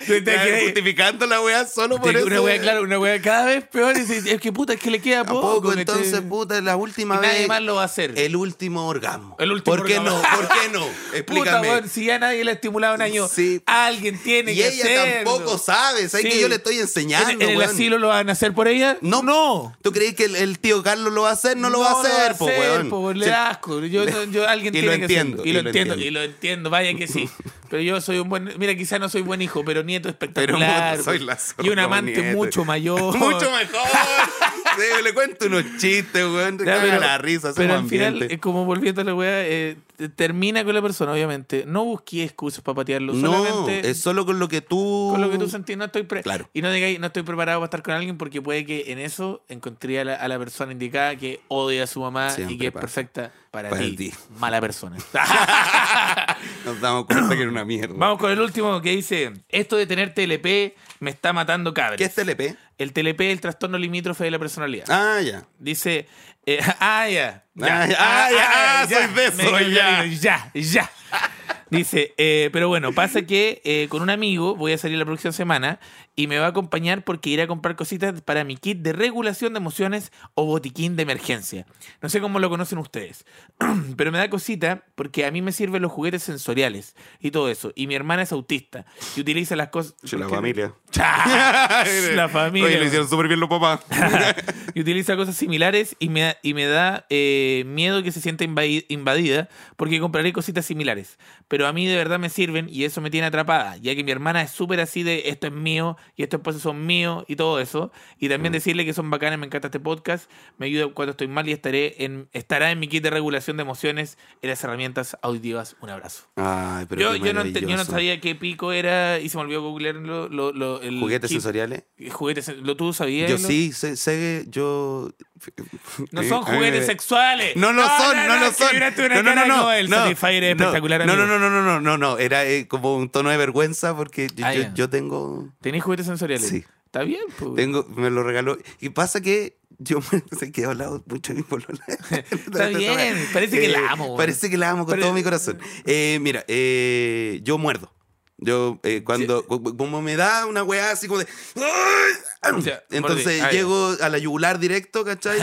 Speaker 2: Te- te-
Speaker 3: Claro,
Speaker 2: que-
Speaker 3: justificando la weá [LAUGHS] solo por
Speaker 2: te-
Speaker 3: eso.
Speaker 2: una wea,
Speaker 3: eh.
Speaker 2: claro, una wea cada vez peor. Es, es que puta, es que le queda
Speaker 3: A
Speaker 2: poco.
Speaker 3: poco,
Speaker 2: ¿cachai?
Speaker 3: entonces, puta, la última
Speaker 2: Y nadie
Speaker 3: vez.
Speaker 2: más lo va a hacer.
Speaker 3: El último orgasmo.
Speaker 2: El último
Speaker 3: ¿Por qué
Speaker 2: orgasmo.
Speaker 3: no? ¿Por qué
Speaker 2: [LAUGHS]
Speaker 3: no?
Speaker 2: Puta,
Speaker 3: Explícame.
Speaker 2: weón, si ya nadie le ha estimulado un año,
Speaker 3: Sí.
Speaker 2: alguien tiene
Speaker 3: y
Speaker 2: que
Speaker 3: ella
Speaker 2: hacerlo.
Speaker 3: tampoco sabe, ¿sabes que
Speaker 2: Sí.
Speaker 3: yo le estoy enseñando?
Speaker 2: ¿En, en el
Speaker 3: weón?
Speaker 2: asilo lo van a hacer por ella?
Speaker 3: No.
Speaker 2: no.
Speaker 3: ¿Tú crees que el, el tío Carlos lo va a hacer? No lo va a hacer, po, weón.
Speaker 2: po, Le
Speaker 3: Sí.
Speaker 2: da asco.
Speaker 3: [LAUGHS]
Speaker 2: Yo, no- yo- alguien
Speaker 3: Y lo
Speaker 2: tiene que
Speaker 3: entiendo,
Speaker 2: hacerlo. Y, lo entiendo, y lo entiendo, vaya que
Speaker 3: [LAUGHS]
Speaker 2: sí. Pero yo soy un buen. Mira, quizá no soy buen hijo, pero nieto espectacular.
Speaker 3: Pero soy la zorra
Speaker 2: y un
Speaker 3: como
Speaker 2: amante
Speaker 3: nieto. [LAUGHS]
Speaker 2: mucho mayor.
Speaker 3: Mucho mejor. [LAUGHS] Sí, le cuento unos chistes, weón. Te
Speaker 2: Ya,
Speaker 3: caga la risa, hacemos
Speaker 2: pero al final,
Speaker 3: ambiente.
Speaker 2: eh, como volviendo a la weá, eh, te- termina con la persona, obviamente. No busqué excusas para patearlo.
Speaker 3: no,
Speaker 2: solamente
Speaker 3: es solo con lo que tú.
Speaker 2: con lo que tú sentís, no estoy pre-
Speaker 3: Claro.
Speaker 2: y no digáis, no estoy preparado para estar con alguien porque puede que en eso encontré a la, a la persona indicada que odia a su mamá y
Speaker 3: Siempre
Speaker 2: que es
Speaker 3: pasa.
Speaker 2: perfecta para,
Speaker 3: Para
Speaker 2: ti,
Speaker 3: ti.
Speaker 2: mala
Speaker 3: [LAUGHS]
Speaker 2: persona. [LAUGHS]
Speaker 3: Nos damos cuenta que era una mierda.
Speaker 2: Vamos con el último que dice, esto de tener TLP me está matando cabres.
Speaker 3: ¿Qué es TLP?
Speaker 2: El TLP es el trastorno limítrofe de la personalidad.
Speaker 3: Ah, ya.
Speaker 2: Dice, eh, [LAUGHS] ah, ya.
Speaker 3: Ah, ya, ah, ya, ah, soy de
Speaker 2: me
Speaker 3: eso,
Speaker 2: quedé
Speaker 3: ya.
Speaker 2: clarito, Ya, ya. [LAUGHS] Dice, eh, pero bueno, pasa que eh, con un amigo voy a salir la próxima semana y me va a acompañar porque iré a comprar cositas para mi kit de regulación de emociones o botiquín de emergencia. No sé cómo lo conocen ustedes, [CLEARS THROAT] pero me da cosita porque a mí me sirven los juguetes sensoriales y todo eso. Y mi hermana es autista y utiliza las cosas...
Speaker 3: Chula
Speaker 2: ¿Por qué?
Speaker 3: [LAUGHS] familia.
Speaker 2: [LAUGHS]
Speaker 3: [LAUGHS]
Speaker 2: Cha, la familia.
Speaker 3: Oye, lo hicieron súper bien los papás.
Speaker 2: y utiliza cosas similares y me da, y me da eh, miedo que se sienta invadi- invadida porque compraré cositas similares. Pero a mí de verdad me sirven y eso me tiene atrapada, ya que mi hermana es súper así de esto es mío y estos esposos son míos y todo eso. Y también
Speaker 3: Mm.
Speaker 2: decirle que son bacanas, me encanta este podcast, me ayuda cuando estoy mal y estaré en, estará en mi kit de regulación de emociones en las herramientas auditivas. Un abrazo.
Speaker 3: [LAUGHS] Ay, pero
Speaker 2: Yo,
Speaker 3: qué
Speaker 2: yo, no, ente- yo no
Speaker 3: maravilloso.
Speaker 2: sabía qué pico era y se me olvidó googlearlo. Lo, lo- el
Speaker 3: ¿Juguetes
Speaker 2: kit- Eh,
Speaker 3: sensoriales?
Speaker 2: Juguetes, sen- ¿lo tú sabías?
Speaker 3: Yo
Speaker 2: Elo?
Speaker 3: sí, sé, sé que yo.
Speaker 2: No
Speaker 3: Eh,
Speaker 2: son
Speaker 3: a mí me-
Speaker 2: juguetes sexuales.
Speaker 3: No lo son, no, lo
Speaker 2: es que
Speaker 3: son.
Speaker 2: miraste una
Speaker 3: No, no,
Speaker 2: cara
Speaker 3: no, no.
Speaker 2: como El
Speaker 3: no,
Speaker 2: Satisfyer es
Speaker 3: no,
Speaker 2: espectacular.
Speaker 3: No,
Speaker 2: amigo.
Speaker 3: no, no, no, no, no, no, no. Era eh, como un tono de vergüenza porque yo,
Speaker 2: Ah,
Speaker 3: yo-
Speaker 2: ya.
Speaker 3: yo tengo.
Speaker 2: ¿Tenés juguetes sensoriales?
Speaker 3: Sí.
Speaker 2: Está bien, pues.
Speaker 3: Tengo, me lo regaló. Y pasa que yo [LAUGHS] me sé que he hablado mucho de mi [LAUGHS] polola. Está
Speaker 2: bien, parece que la amo, weón.
Speaker 3: Eh, Parece que la amo con
Speaker 2: Pero-
Speaker 3: todo mi corazón. Eh, mira, eh, yo muerdo. Yo, eh, cuando, cu- cu- como me da una weá así como de.
Speaker 2: O sea, mordí.
Speaker 3: Entonces
Speaker 2: Ah, ya.
Speaker 3: llego a la yugular
Speaker 2: [LAUGHS]
Speaker 3: directo, ¿cachai?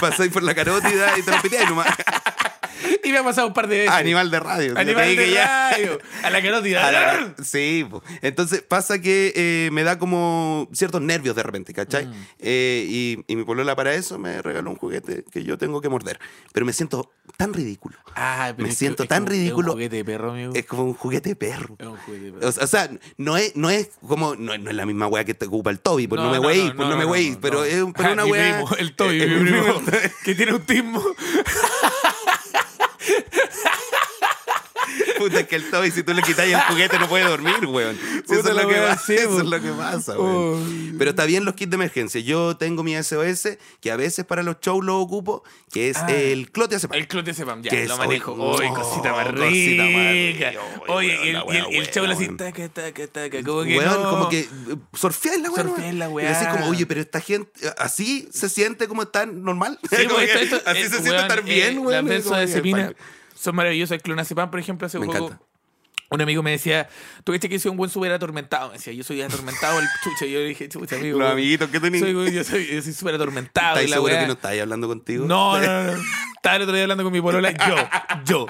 Speaker 3: Pasáis por la carótida y te lo piteáis nomás.
Speaker 2: [LAUGHS] Y me ha pasado un par de veces.
Speaker 3: Animal de radio. Ya te
Speaker 2: Animal
Speaker 3: dije
Speaker 2: de
Speaker 3: ya.
Speaker 2: radio. A la carótida.
Speaker 3: [LAUGHS] A la- sí, po. entonces pasa que eh, me da como ciertos nervios de repente, ¿cachai?
Speaker 2: Mm.
Speaker 3: Eh, y, y mi polola para eso me regaló un juguete que yo tengo que morder. Pero me siento tan ridículo.
Speaker 2: Ay, pero
Speaker 3: Me
Speaker 2: es
Speaker 3: siento
Speaker 2: que- es
Speaker 3: tan
Speaker 2: como-
Speaker 3: ridículo.
Speaker 2: Es un juguete de perro, amigo.
Speaker 3: Es como un juguete de perro.
Speaker 2: Es un juguete de perro.
Speaker 3: O sea, o sea, no es, no es como, no, es- no es la misma weá que te ocupa el Toby, pues no,
Speaker 2: No,
Speaker 3: me
Speaker 2: no,
Speaker 3: weí,
Speaker 2: no,
Speaker 3: pues no,
Speaker 2: no,
Speaker 3: me
Speaker 2: no,
Speaker 3: weí,
Speaker 2: no,
Speaker 3: pero
Speaker 2: no. [LAUGHS]
Speaker 3: es un- pero
Speaker 2: Ah,
Speaker 3: una
Speaker 2: mi
Speaker 3: weá.
Speaker 2: primo, el Toby,
Speaker 3: eh,
Speaker 2: mi
Speaker 3: mi
Speaker 2: primo,
Speaker 3: primo.
Speaker 2: [LAUGHS] que tiene autismo.
Speaker 3: Puta, es que el Toby, si tú le quitas el juguete, no puede dormir, weón. Si eso,
Speaker 2: Puta,
Speaker 3: es lo
Speaker 2: la
Speaker 3: que
Speaker 2: weá,
Speaker 3: pasa,
Speaker 2: sí,
Speaker 3: eso
Speaker 2: po. Oh.
Speaker 3: es lo que pasa, weón. Pero está bien los kits de emergencia. Yo tengo mi SOS, que a veces para los shows lo ocupo, que es
Speaker 2: Ah.
Speaker 3: el cloteazepam.
Speaker 2: El clote sepam, ya,
Speaker 3: ¿Qué es?
Speaker 2: lo manejo.
Speaker 3: Hoy-
Speaker 2: Hoy, cosita más
Speaker 3: Oh, cosita más
Speaker 2: rica.
Speaker 3: rica. Hoy,
Speaker 2: Oye,
Speaker 3: weón,
Speaker 2: y el,
Speaker 3: la
Speaker 2: y el,
Speaker 3: weá
Speaker 2: y el chavo
Speaker 3: buena,
Speaker 2: así,
Speaker 3: weón.
Speaker 2: taca, taca, taca. Como que
Speaker 3: Weón,
Speaker 2: no.
Speaker 3: como que eh, surfeáis la weá.
Speaker 2: Surfeáis
Speaker 3: weón.
Speaker 2: la
Speaker 3: Y
Speaker 2: weá.
Speaker 3: decís como, oye, pero esta gente, así se siente como tan normal.
Speaker 2: Sí,
Speaker 3: [LAUGHS] Como
Speaker 2: pues,
Speaker 3: que
Speaker 2: esto- esto-
Speaker 3: así
Speaker 2: eh,
Speaker 3: se siente
Speaker 2: weón,
Speaker 3: estar bien,
Speaker 2: eh,
Speaker 3: weón.
Speaker 2: Las
Speaker 3: Como que,
Speaker 2: benzodiazepinas
Speaker 3: fuck.
Speaker 2: son maravillosas. El clonazepam, por ejemplo, hace
Speaker 3: Me
Speaker 2: poco
Speaker 3: encanta.
Speaker 2: Un amigo me decía, tú viste que soy un buen súper atormentado. Me decía, yo soy atormentado el chucha. Yo le dije, chucha, amigo.
Speaker 3: Los
Speaker 2: weón,
Speaker 3: amiguitos que tenéis.
Speaker 2: soy, weón, yo soy yo soy súper atormentado. y
Speaker 3: ¿Estáis
Speaker 2: la
Speaker 3: seguros
Speaker 2: weá-
Speaker 3: que no estáis hablando contigo? [LAUGHS]
Speaker 2: no, no, no, no. Estaba el otro día hablando con mi polola, yo, yo.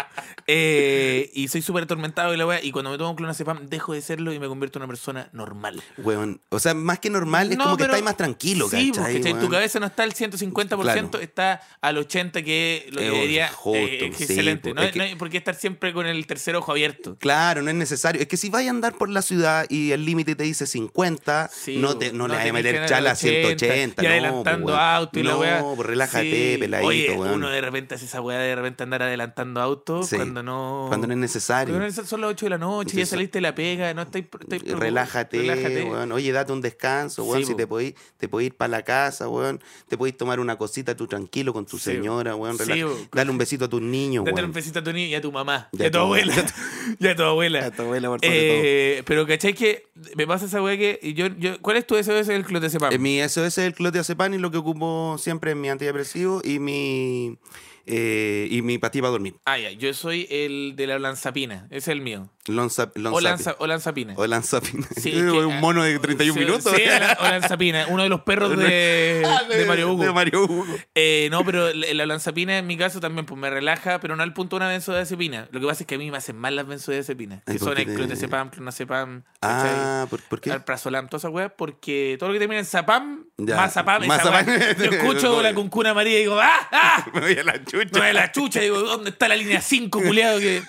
Speaker 2: Eh, y soy súper atormentado y la weá. Y cuando me tomo un clonazepam, dejo de serlo y me convierto en una persona normal.
Speaker 3: Weón, o sea, más que normal, es
Speaker 2: No,
Speaker 3: como que
Speaker 2: pero-
Speaker 3: estáis más tranquilo,
Speaker 2: sí,
Speaker 3: ¿cachai?
Speaker 2: porque
Speaker 3: weón?
Speaker 2: tu cabeza no está al 150%,
Speaker 3: Claro.
Speaker 2: está al 80%, que es lo que
Speaker 3: Es
Speaker 2: debería.
Speaker 3: justo,
Speaker 2: eh, que es
Speaker 3: sí,
Speaker 2: excelente.
Speaker 3: po,
Speaker 2: No,
Speaker 3: es
Speaker 2: hay-
Speaker 3: que-
Speaker 2: no hay por qué estar siempre con el tercer ojo abierto.
Speaker 3: Claro, no es necesario. Es que si vais a andar por la ciudad y el límite te dice 50,
Speaker 2: Sí,
Speaker 3: no,
Speaker 2: po,
Speaker 3: te, no, le vas a
Speaker 2: tenés que
Speaker 3: meter
Speaker 2: andar
Speaker 3: chala a
Speaker 2: 80,
Speaker 3: 180.
Speaker 2: Y
Speaker 3: no, po,
Speaker 2: adelantando
Speaker 3: weón.
Speaker 2: auto y la weá.
Speaker 3: No, pues relájate,
Speaker 2: Sí.
Speaker 3: peladito,
Speaker 2: Oye,
Speaker 3: weón.
Speaker 2: uno de repente hace esa weá de repente andar adelantando auto
Speaker 3: Sí,
Speaker 2: cuando no. pues,
Speaker 3: Cuando no es necesario.
Speaker 2: Pero son las 8 de la noche,
Speaker 3: Entonces,
Speaker 2: ya saliste de la pega, no estáis. estáis preocup-
Speaker 3: Relájate, weón. Oye, date un descanso,
Speaker 2: Sí,
Speaker 3: weón. si
Speaker 2: po.
Speaker 3: te podís, te podís ir para la casa, weón. Te podís tomar una cosita tú tranquilo con tu
Speaker 2: Sí,
Speaker 3: señora, weón.
Speaker 2: Sí,
Speaker 3: Relaja-
Speaker 2: po.
Speaker 3: Dale un besito a tus niños,
Speaker 2: Date un
Speaker 3: weón.
Speaker 2: besito a tu niña y a tu mamá,
Speaker 3: Y a
Speaker 2: y a tu
Speaker 3: tu
Speaker 2: abuela, [LAUGHS] y a tu abuela.
Speaker 3: A tu abuela, por sobre
Speaker 2: Eh, pero ¿cachai que me pasa esa weá que yo, yo ¿cuál es tu deseo del clotezepam?
Speaker 3: todo. Eh, mi eso es el clotazepam y lo que ocupo siempre es mi antidepresivo y mi eh, y mi pastilla para dormir.
Speaker 2: Ah, ya, yo soy el de la lanzapina, ese es el mío.
Speaker 3: Lonza-
Speaker 2: O,
Speaker 3: Lonzapi.
Speaker 2: lanza, o lanzapina.
Speaker 3: O lanzapina. [LAUGHS]
Speaker 2: Sí, es que- ah,
Speaker 3: un mono de 31
Speaker 2: Sí,
Speaker 3: minutos. [LAUGHS]
Speaker 2: Sí, o la- o lanzapina, uno de los perros de,
Speaker 3: Ah,
Speaker 2: de Mario Hugo.
Speaker 3: de Mario Hugo.
Speaker 2: Eh, no, pero la la lanzapina en mi caso también pues, me relaja, pero no al punto de una benzodiazepina. Lo que pasa es que a mí me hacen mal las benzodiazepinas.
Speaker 3: Ay,
Speaker 2: Que
Speaker 3: ¿por
Speaker 2: son
Speaker 3: qué
Speaker 2: el
Speaker 3: te-
Speaker 2: clonazepam, clonazepam, ¿cachai?
Speaker 3: Ah, ¿por, por qué?
Speaker 2: alprazolam, todas esas weas, porque todo lo que termina en zapam,
Speaker 3: Ya,
Speaker 2: mazapam, esa
Speaker 3: mazapam.
Speaker 2: wea. Yo
Speaker 3: [LAUGHS]
Speaker 2: escucho la cuncuna amarilla y digo, ¡ah! ¡ah!
Speaker 3: [LAUGHS] Me voy a la
Speaker 2: No
Speaker 3: chucha.
Speaker 2: es la chucha, digo, ¿dónde está la línea 5, culiado? Que...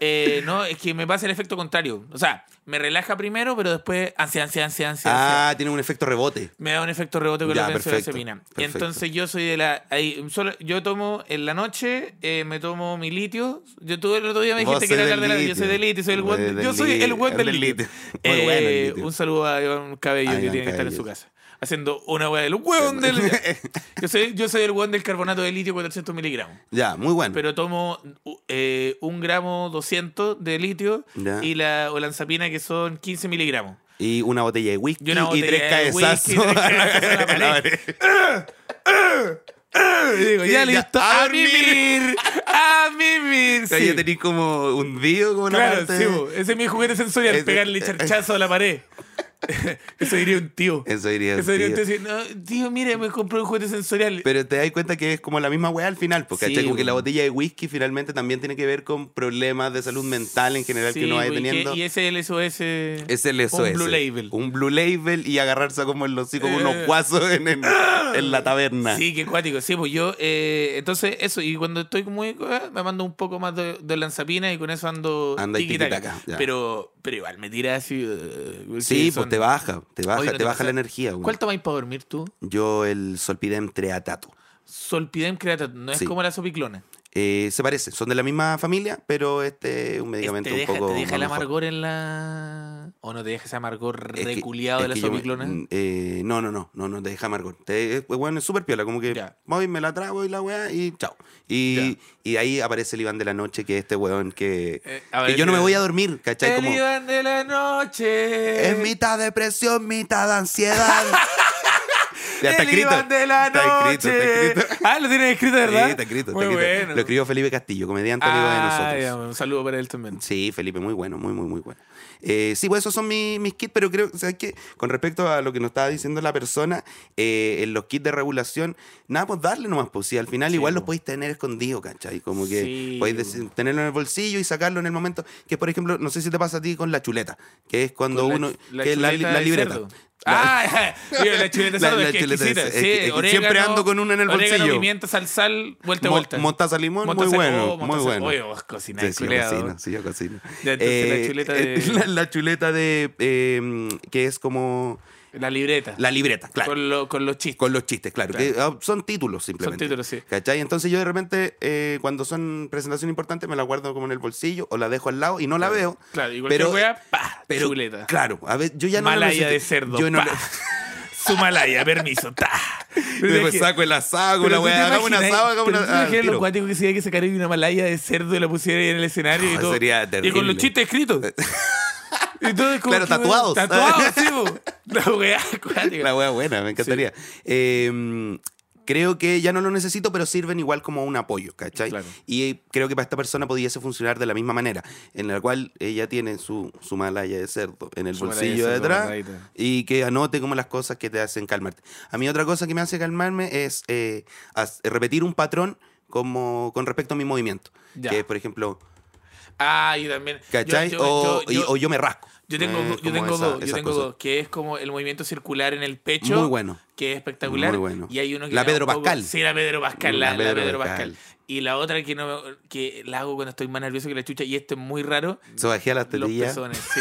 Speaker 2: Eh, no, es que me pasa el efecto contrario. O sea, me relaja primero, pero después ansia, ansia, ansia, ansia. ansia
Speaker 3: Ah, tiene un efecto rebote.
Speaker 2: me da un efecto rebote con
Speaker 3: Ya,
Speaker 2: la
Speaker 3: perfecto,
Speaker 2: benzodiazepina. Y
Speaker 3: perfecto.
Speaker 2: entonces yo soy de la. ahí, solo, yo tomo en la noche, eh, me tomo mi litio. Yo tuve el otro día me
Speaker 3: Vos
Speaker 2: dijiste que era
Speaker 3: sois del
Speaker 2: hablar de la. Yo
Speaker 3: litio.
Speaker 2: soy del litio, soy el
Speaker 3: Vos
Speaker 2: buen-
Speaker 3: eres del
Speaker 2: Yo soy el
Speaker 3: litio,
Speaker 2: buen del
Speaker 3: del
Speaker 2: litio.
Speaker 3: litio. Muy bueno el
Speaker 2: Eh,
Speaker 3: litio.
Speaker 2: Un saludo a Iván Cabello
Speaker 3: A
Speaker 2: que
Speaker 3: Iván
Speaker 2: tiene que estar en su
Speaker 3: Cabello.
Speaker 2: casa. Haciendo una hueá del hueón del.
Speaker 3: [LAUGHS]
Speaker 2: Yo soy, yo soy el hueón del carbonato de litio 400 miligramos.
Speaker 3: Ya, muy bueno.
Speaker 2: Pero tomo uh, eh, un gramo 200 de litio
Speaker 3: Ya.
Speaker 2: y la olanzapina que son 15 miligramos.
Speaker 3: y una botella de whisky
Speaker 2: Y
Speaker 3: y,
Speaker 2: una botella
Speaker 3: tres
Speaker 2: de
Speaker 3: cabezazos.
Speaker 2: whisky, tres cabezazos a la pared.
Speaker 3: A [LAUGHS] la pared.
Speaker 2: Y digo,
Speaker 3: Sí,
Speaker 2: ya
Speaker 3: ya,
Speaker 2: listo.
Speaker 3: a
Speaker 2: A
Speaker 3: dormir.
Speaker 2: mimir. A mimir.
Speaker 3: O sea,
Speaker 2: Ah, sí.
Speaker 3: ya tenés como hundido como una
Speaker 2: Claro,
Speaker 3: parte.
Speaker 2: sí, bo. ese es mi juguete sensorial,
Speaker 3: Ese-
Speaker 2: pegarle charchazo a la pared. [LAUGHS] Eso diría un tío.
Speaker 3: Eso diría.
Speaker 2: Eso diría un
Speaker 3: tío.
Speaker 2: tío. decir, no, tío, mire, me compré un juguete sensorial.
Speaker 3: Pero te das cuenta que es como la misma weá al final, porque
Speaker 2: Sí,
Speaker 3: como que
Speaker 2: bo.
Speaker 3: la botella de whisky finalmente también tiene que ver con problemas de salud mental en general que
Speaker 2: Sí,
Speaker 3: uno vaya
Speaker 2: bo, y que-
Speaker 3: teniendo.
Speaker 2: Y ese es el SOS.
Speaker 3: Es el SOS.
Speaker 2: Un Blue Label.
Speaker 3: Un Blue Label y agarrarse como en los hocico con
Speaker 2: Eh.
Speaker 3: unos guasos en,
Speaker 2: [GASPS]
Speaker 3: en- en la taberna.
Speaker 2: Sí, qué cuático. Sí, pues yo. eh, entonces, eso. Y cuando estoy muy. ah, Me mando un poco más de, de lanzapina y con eso ando.
Speaker 3: Anda y
Speaker 2: tiquitaca.
Speaker 3: tiquitaca, ya.
Speaker 2: Pero, pero igual, me tira así. eh,
Speaker 3: Sí,
Speaker 2: son-
Speaker 3: pues te baja, te baja,
Speaker 2: Oye, ¿no
Speaker 3: te,
Speaker 2: te
Speaker 3: baja
Speaker 2: pasa?
Speaker 3: la energía. weón.
Speaker 2: ¿Cuál tomáis para dormir tú?
Speaker 3: Yo el Solpidem Treatato.
Speaker 2: Solpidem creatino, no es
Speaker 3: Sí.
Speaker 2: como la sopiclona.
Speaker 3: Eh, se parece, son de la misma familia, pero este es un
Speaker 2: Te
Speaker 3: medicamento
Speaker 2: deja,
Speaker 3: un poco.
Speaker 2: te deja
Speaker 3: más
Speaker 2: el
Speaker 3: mejor.
Speaker 2: amargor en la. O no te deja ese amargor
Speaker 3: Es que-
Speaker 2: reculiado
Speaker 3: es
Speaker 2: de la
Speaker 3: que yo me-
Speaker 2: sopiclona.
Speaker 3: mm, eh, no, no, no, no, no te deja amargor. Te, eh, pues, es, bueno, es súper piola, como que
Speaker 2: Ya.
Speaker 3: voy, me la trago y la weá y chao. Y, y ahí aparece el Iván de la noche, que es este weón que,
Speaker 2: Eh, a
Speaker 3: que
Speaker 2: ver,
Speaker 3: yo no me
Speaker 2: eh,
Speaker 3: voy a dormir, ¿cachai?
Speaker 2: El
Speaker 3: Como,
Speaker 2: Iván de la noche.
Speaker 3: es mitad depresión,
Speaker 2: [LAUGHS]
Speaker 3: mitad ansiedad. ya está
Speaker 2: el
Speaker 3: escrito.
Speaker 2: Iván de la
Speaker 3: Está escrito,
Speaker 2: noche.
Speaker 3: está escrito.
Speaker 2: Ah, lo tienes escrito,
Speaker 3: Sí,
Speaker 2: ¿verdad?
Speaker 3: está escrito, está
Speaker 2: Muy
Speaker 3: escrito.
Speaker 2: bueno.
Speaker 3: Lo escribió Felipe Castillo, comediante amigo de
Speaker 2: Ah,
Speaker 3: nosotros.
Speaker 2: ya, un saludo para él también.
Speaker 3: Sí, Felipe, muy bueno, muy, muy, muy bueno. Eh, sí, pues esos son mis, mis kits, pero creo, ¿sabes qué? Con respecto a lo que nos estaba diciendo la persona, eh, en los kits de regulación, nada, pues darle nomás, pues sí, al final
Speaker 2: Sí,
Speaker 3: igual
Speaker 2: po.
Speaker 3: los podéis tener escondidos, ¿cachai? Como que
Speaker 2: Sí, pues.
Speaker 3: podéis
Speaker 2: po.
Speaker 3: decir- tenerlo en el bolsillo y sacarlo en el momento, que por ejemplo, no sé si te pasa a ti con la chuleta, que es cuando
Speaker 2: Con la-
Speaker 3: uno,
Speaker 2: la
Speaker 3: que es la,
Speaker 2: chuleta
Speaker 3: la
Speaker 2: de
Speaker 3: libreta.
Speaker 2: cerdo.
Speaker 3: La- [LAUGHS]
Speaker 2: Ah, [LAUGHS] mira, la chuleta de
Speaker 3: La-
Speaker 2: cerdo
Speaker 3: la
Speaker 2: es que
Speaker 3: chuleta de
Speaker 2: exquisita.
Speaker 3: cerdo,
Speaker 2: Sí,
Speaker 3: es que- es que
Speaker 2: orégano,
Speaker 3: siempre ando con una en el
Speaker 2: Orégano,
Speaker 3: bolsillo.
Speaker 2: pimienta, sal, sal, vuelta, y
Speaker 3: Mo-
Speaker 2: vuelta.
Speaker 3: mostaza limón, muy
Speaker 2: Mostaza-
Speaker 3: bueno,
Speaker 2: oh,
Speaker 3: muy
Speaker 2: mostaza-
Speaker 3: bueno.
Speaker 2: Oye, vos cocinás,
Speaker 3: Sí, sí, yo
Speaker 2: culeado.
Speaker 3: cocino, sí, yo cocino.
Speaker 2: Ya, entonces la
Speaker 3: Eh,
Speaker 2: chuleta
Speaker 3: eh,
Speaker 2: de-
Speaker 3: [LAUGHS] la- la chuleta de, eh, que es como
Speaker 2: La libreta.
Speaker 3: la libreta, claro.
Speaker 2: Con, lo- con los chistes.
Speaker 3: Con los chistes, claro.
Speaker 2: Claro.
Speaker 3: que, ah, son títulos simplemente.
Speaker 2: Son títulos, sí.
Speaker 3: ¿Cachai? Entonces yo de repente, eh, cuando son presentaciones importantes, me la guardo como en el bolsillo o la dejo al lado y no la veo.
Speaker 2: Claro, igual
Speaker 3: Pero- eh,
Speaker 2: que wea, pa,
Speaker 3: Pero,
Speaker 2: chuleta.
Speaker 3: claro, a ver, yo ya no lo
Speaker 2: malaya de
Speaker 3: necesito.
Speaker 2: cerdo.
Speaker 3: Yo no
Speaker 2: pa.
Speaker 3: lo-
Speaker 2: [LAUGHS]
Speaker 3: [LAUGHS]
Speaker 2: Su malaya, permiso. Ta.
Speaker 3: Después saco el asado, una weá, hagamos una asado, hagamos una- ah,
Speaker 2: ¿Qué lo
Speaker 3: tiro.
Speaker 2: cuático que sería que sacar una malaya de cerdo y la pusiera ahí en el escenario y
Speaker 3: No,
Speaker 2: todo?
Speaker 3: sería
Speaker 2: Y con los
Speaker 3: terrible.
Speaker 2: chistes escritos.
Speaker 3: [LAUGHS]
Speaker 2: Y todo es como
Speaker 3: Claro,
Speaker 2: que, weón,
Speaker 3: tatuados. [LAUGHS]
Speaker 2: Tatuados, sí, bo. La weá, cuática.
Speaker 3: La wea buena, me encantaría. Eh, creo que ya no lo necesito, pero sirven igual como un apoyo, ¿cachai?
Speaker 2: Claro.
Speaker 3: Y creo que para esta persona pudiese funcionar de la misma manera, en la cual ella tiene su, su malaya de cerdo en el
Speaker 2: Su malaya de
Speaker 3: bolsillo de
Speaker 2: cerdo,
Speaker 3: atrás
Speaker 2: guardadita.
Speaker 3: y que anote como las cosas que te hacen calmarte. A mí otra cosa que me hace calmarme es eh, as- repetir un patrón como con respecto a mi movimiento,
Speaker 2: Ya.
Speaker 3: que es, por ejemplo,
Speaker 2: Ah, yo también. Yo-
Speaker 3: ¿cachai?
Speaker 2: yo-
Speaker 3: o,
Speaker 2: yo-
Speaker 3: y-
Speaker 2: yo-
Speaker 3: o yo me rasco.
Speaker 2: Yo tengo,
Speaker 3: Eh,
Speaker 2: yo
Speaker 3: como
Speaker 2: tengo
Speaker 3: esa-
Speaker 2: dos, yo
Speaker 3: esas
Speaker 2: tengo
Speaker 3: cosas.
Speaker 2: dos, que es como el movimiento circular en el pecho,
Speaker 3: Muy bueno.
Speaker 2: que es espectacular.
Speaker 3: Muy bueno.
Speaker 2: Y hay uno que
Speaker 3: La
Speaker 2: me da un
Speaker 3: Pedro
Speaker 2: poco-
Speaker 3: Pascal.
Speaker 2: Sí, la Pedro Pascal, la,
Speaker 3: La
Speaker 2: la Pedro,
Speaker 3: Pedro
Speaker 2: Pascal. Y la otra que no que la hago cuando estoy más nervioso que la chucha, y esto es muy raro,
Speaker 3: Sobajea las
Speaker 2: los
Speaker 3: tetillas.
Speaker 2: pezones, sí.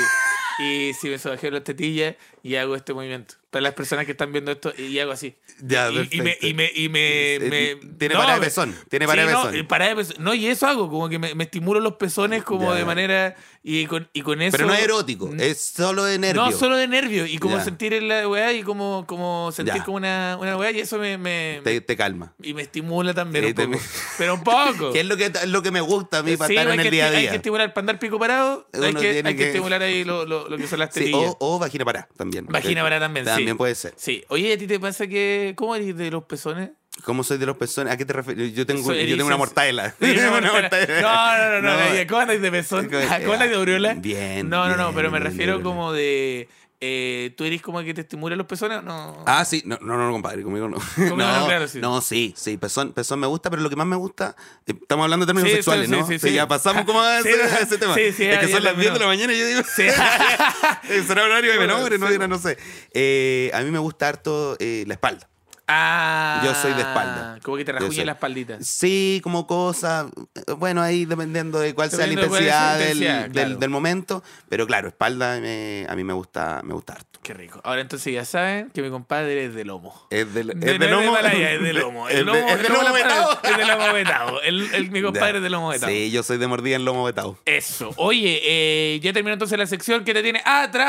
Speaker 2: Y si me sobajeo las tetillas y hago este movimiento. Para las personas que están viendo esto, y hago así.
Speaker 3: Ya,
Speaker 2: y, y me,
Speaker 3: perfecto.
Speaker 2: y me, y me,
Speaker 3: Eh,
Speaker 2: me-
Speaker 3: Tiene
Speaker 2: no,
Speaker 3: para de
Speaker 2: me-
Speaker 3: pezón. Tiene
Speaker 2: Sí,
Speaker 3: para de
Speaker 2: no,
Speaker 3: pezón.
Speaker 2: eh, parada de pezón. No, y eso hago, como que me, me estimulo los pezones como
Speaker 3: Ya.
Speaker 2: de manera. Y con, y con eso.
Speaker 3: Pero no es erótico,
Speaker 2: Mm,
Speaker 3: es solo de nervio.
Speaker 2: No, solo de nervio. Y como
Speaker 3: Ya.
Speaker 2: sentir en la weá y como, como sentir
Speaker 3: Ya.
Speaker 2: como una, una weá. Y eso me. me-
Speaker 3: te, te calma.
Speaker 2: y me estimula también
Speaker 3: Sí,
Speaker 2: un
Speaker 3: te-
Speaker 2: poco. [LAUGHS] Pero un poco.
Speaker 3: [LAUGHS] Que es lo que, lo que me gusta a mí para
Speaker 2: Sí,
Speaker 3: estar
Speaker 2: hay
Speaker 3: en el
Speaker 2: que
Speaker 3: día a
Speaker 2: esti- Hay que
Speaker 3: día.
Speaker 2: estimular para andar pico parado. hay
Speaker 3: Uno
Speaker 2: que,
Speaker 3: tiene
Speaker 2: hay que
Speaker 3: que-
Speaker 2: estimular ahí lo, lo- lo que son las
Speaker 3: Sí,
Speaker 2: tetillas.
Speaker 3: o, o vagina pará también.
Speaker 2: Vagina pará también, sí.
Speaker 3: También puede ser.
Speaker 2: Sí. Oye, ¿a ti te pasa que. ¿Cómo eres de los
Speaker 3: [LAUGHS]
Speaker 2: pezones?
Speaker 3: ¿Cómo soy de los pezones? ¿A qué te refieres? Yo tengo,
Speaker 2: Soy-
Speaker 3: yo tengo una
Speaker 2: eres-
Speaker 3: mortadela.
Speaker 2: Sí, una
Speaker 3: [LAUGHS] Una
Speaker 2: mortadela. No, no, no, no.
Speaker 3: No.
Speaker 2: oye, ¿Cómo andáis de pezón?
Speaker 3: Tengo-
Speaker 2: [LAUGHS] ¿Cómo andáis de aureola?
Speaker 3: Bien,
Speaker 2: No, no, no,
Speaker 3: bien,
Speaker 2: pero me
Speaker 3: bien,
Speaker 2: refiero
Speaker 3: bien.
Speaker 2: como de. eh, ¿Tú eres como el que te estimula los pezones o no?
Speaker 3: Ah, sí, no, no, no, compadre, conmigo no.
Speaker 2: [LAUGHS] Conmigo no, claro, sí.
Speaker 3: no, sí, sí, pezón, pezón me gusta, pero lo que más me gusta, eh, estamos hablando de términos
Speaker 2: Sí,
Speaker 3: sexuales,
Speaker 2: sí,
Speaker 3: ¿no?
Speaker 2: sí,
Speaker 3: Sí,
Speaker 2: sí, sí.
Speaker 3: ya pasamos como a
Speaker 2: [LAUGHS] Sí, no,
Speaker 3: ese, a ese tema.
Speaker 2: sí, sí,
Speaker 3: es que
Speaker 2: ayer
Speaker 3: son las 10 de
Speaker 2: terminó.
Speaker 3: la mañana y yo digo,
Speaker 2: Sí. [LAUGHS]
Speaker 3: el [LAUGHS] será horario de
Speaker 2: Bueno,
Speaker 3: menores, no,
Speaker 2: sí.
Speaker 3: Era, no sé. Eh, a mí me gusta harto eh, la espalda.
Speaker 2: Ah,
Speaker 3: Yo soy de espalda.
Speaker 2: Como que te
Speaker 3: Yo
Speaker 2: rajuñe
Speaker 3: soy-
Speaker 2: la espaldita.
Speaker 3: Sí, como cosa, eh, bueno, ahí dependiendo de cuál sea la
Speaker 2: Dependiendo de cuál sea
Speaker 3: intensidad,
Speaker 2: la
Speaker 3: del,
Speaker 2: intensidad,
Speaker 3: del-
Speaker 2: claro.
Speaker 3: del momento, pero claro, espalda eh, a mí me gusta, me gusta harto.
Speaker 2: Qué rico. Ahora entonces ya saben que mi compadre es de lomo.
Speaker 3: Es del,
Speaker 2: De-
Speaker 3: es
Speaker 2: no
Speaker 3: del lomo.
Speaker 2: Himalaya, es de lomo.
Speaker 3: Es [LAUGHS] de-
Speaker 2: El lomo,
Speaker 3: es
Speaker 2: el
Speaker 3: del
Speaker 2: lomo
Speaker 3: lomo
Speaker 2: la-
Speaker 3: vetado.
Speaker 2: Es de lomo vetado. El, el- mi compadre
Speaker 3: [LAUGHS] Ya.
Speaker 2: es de lomo vetado.
Speaker 3: Sí, yo soy de mordida en lomo vetado.
Speaker 2: Eso. Oye, eh, ya terminó entonces la sección que te tiene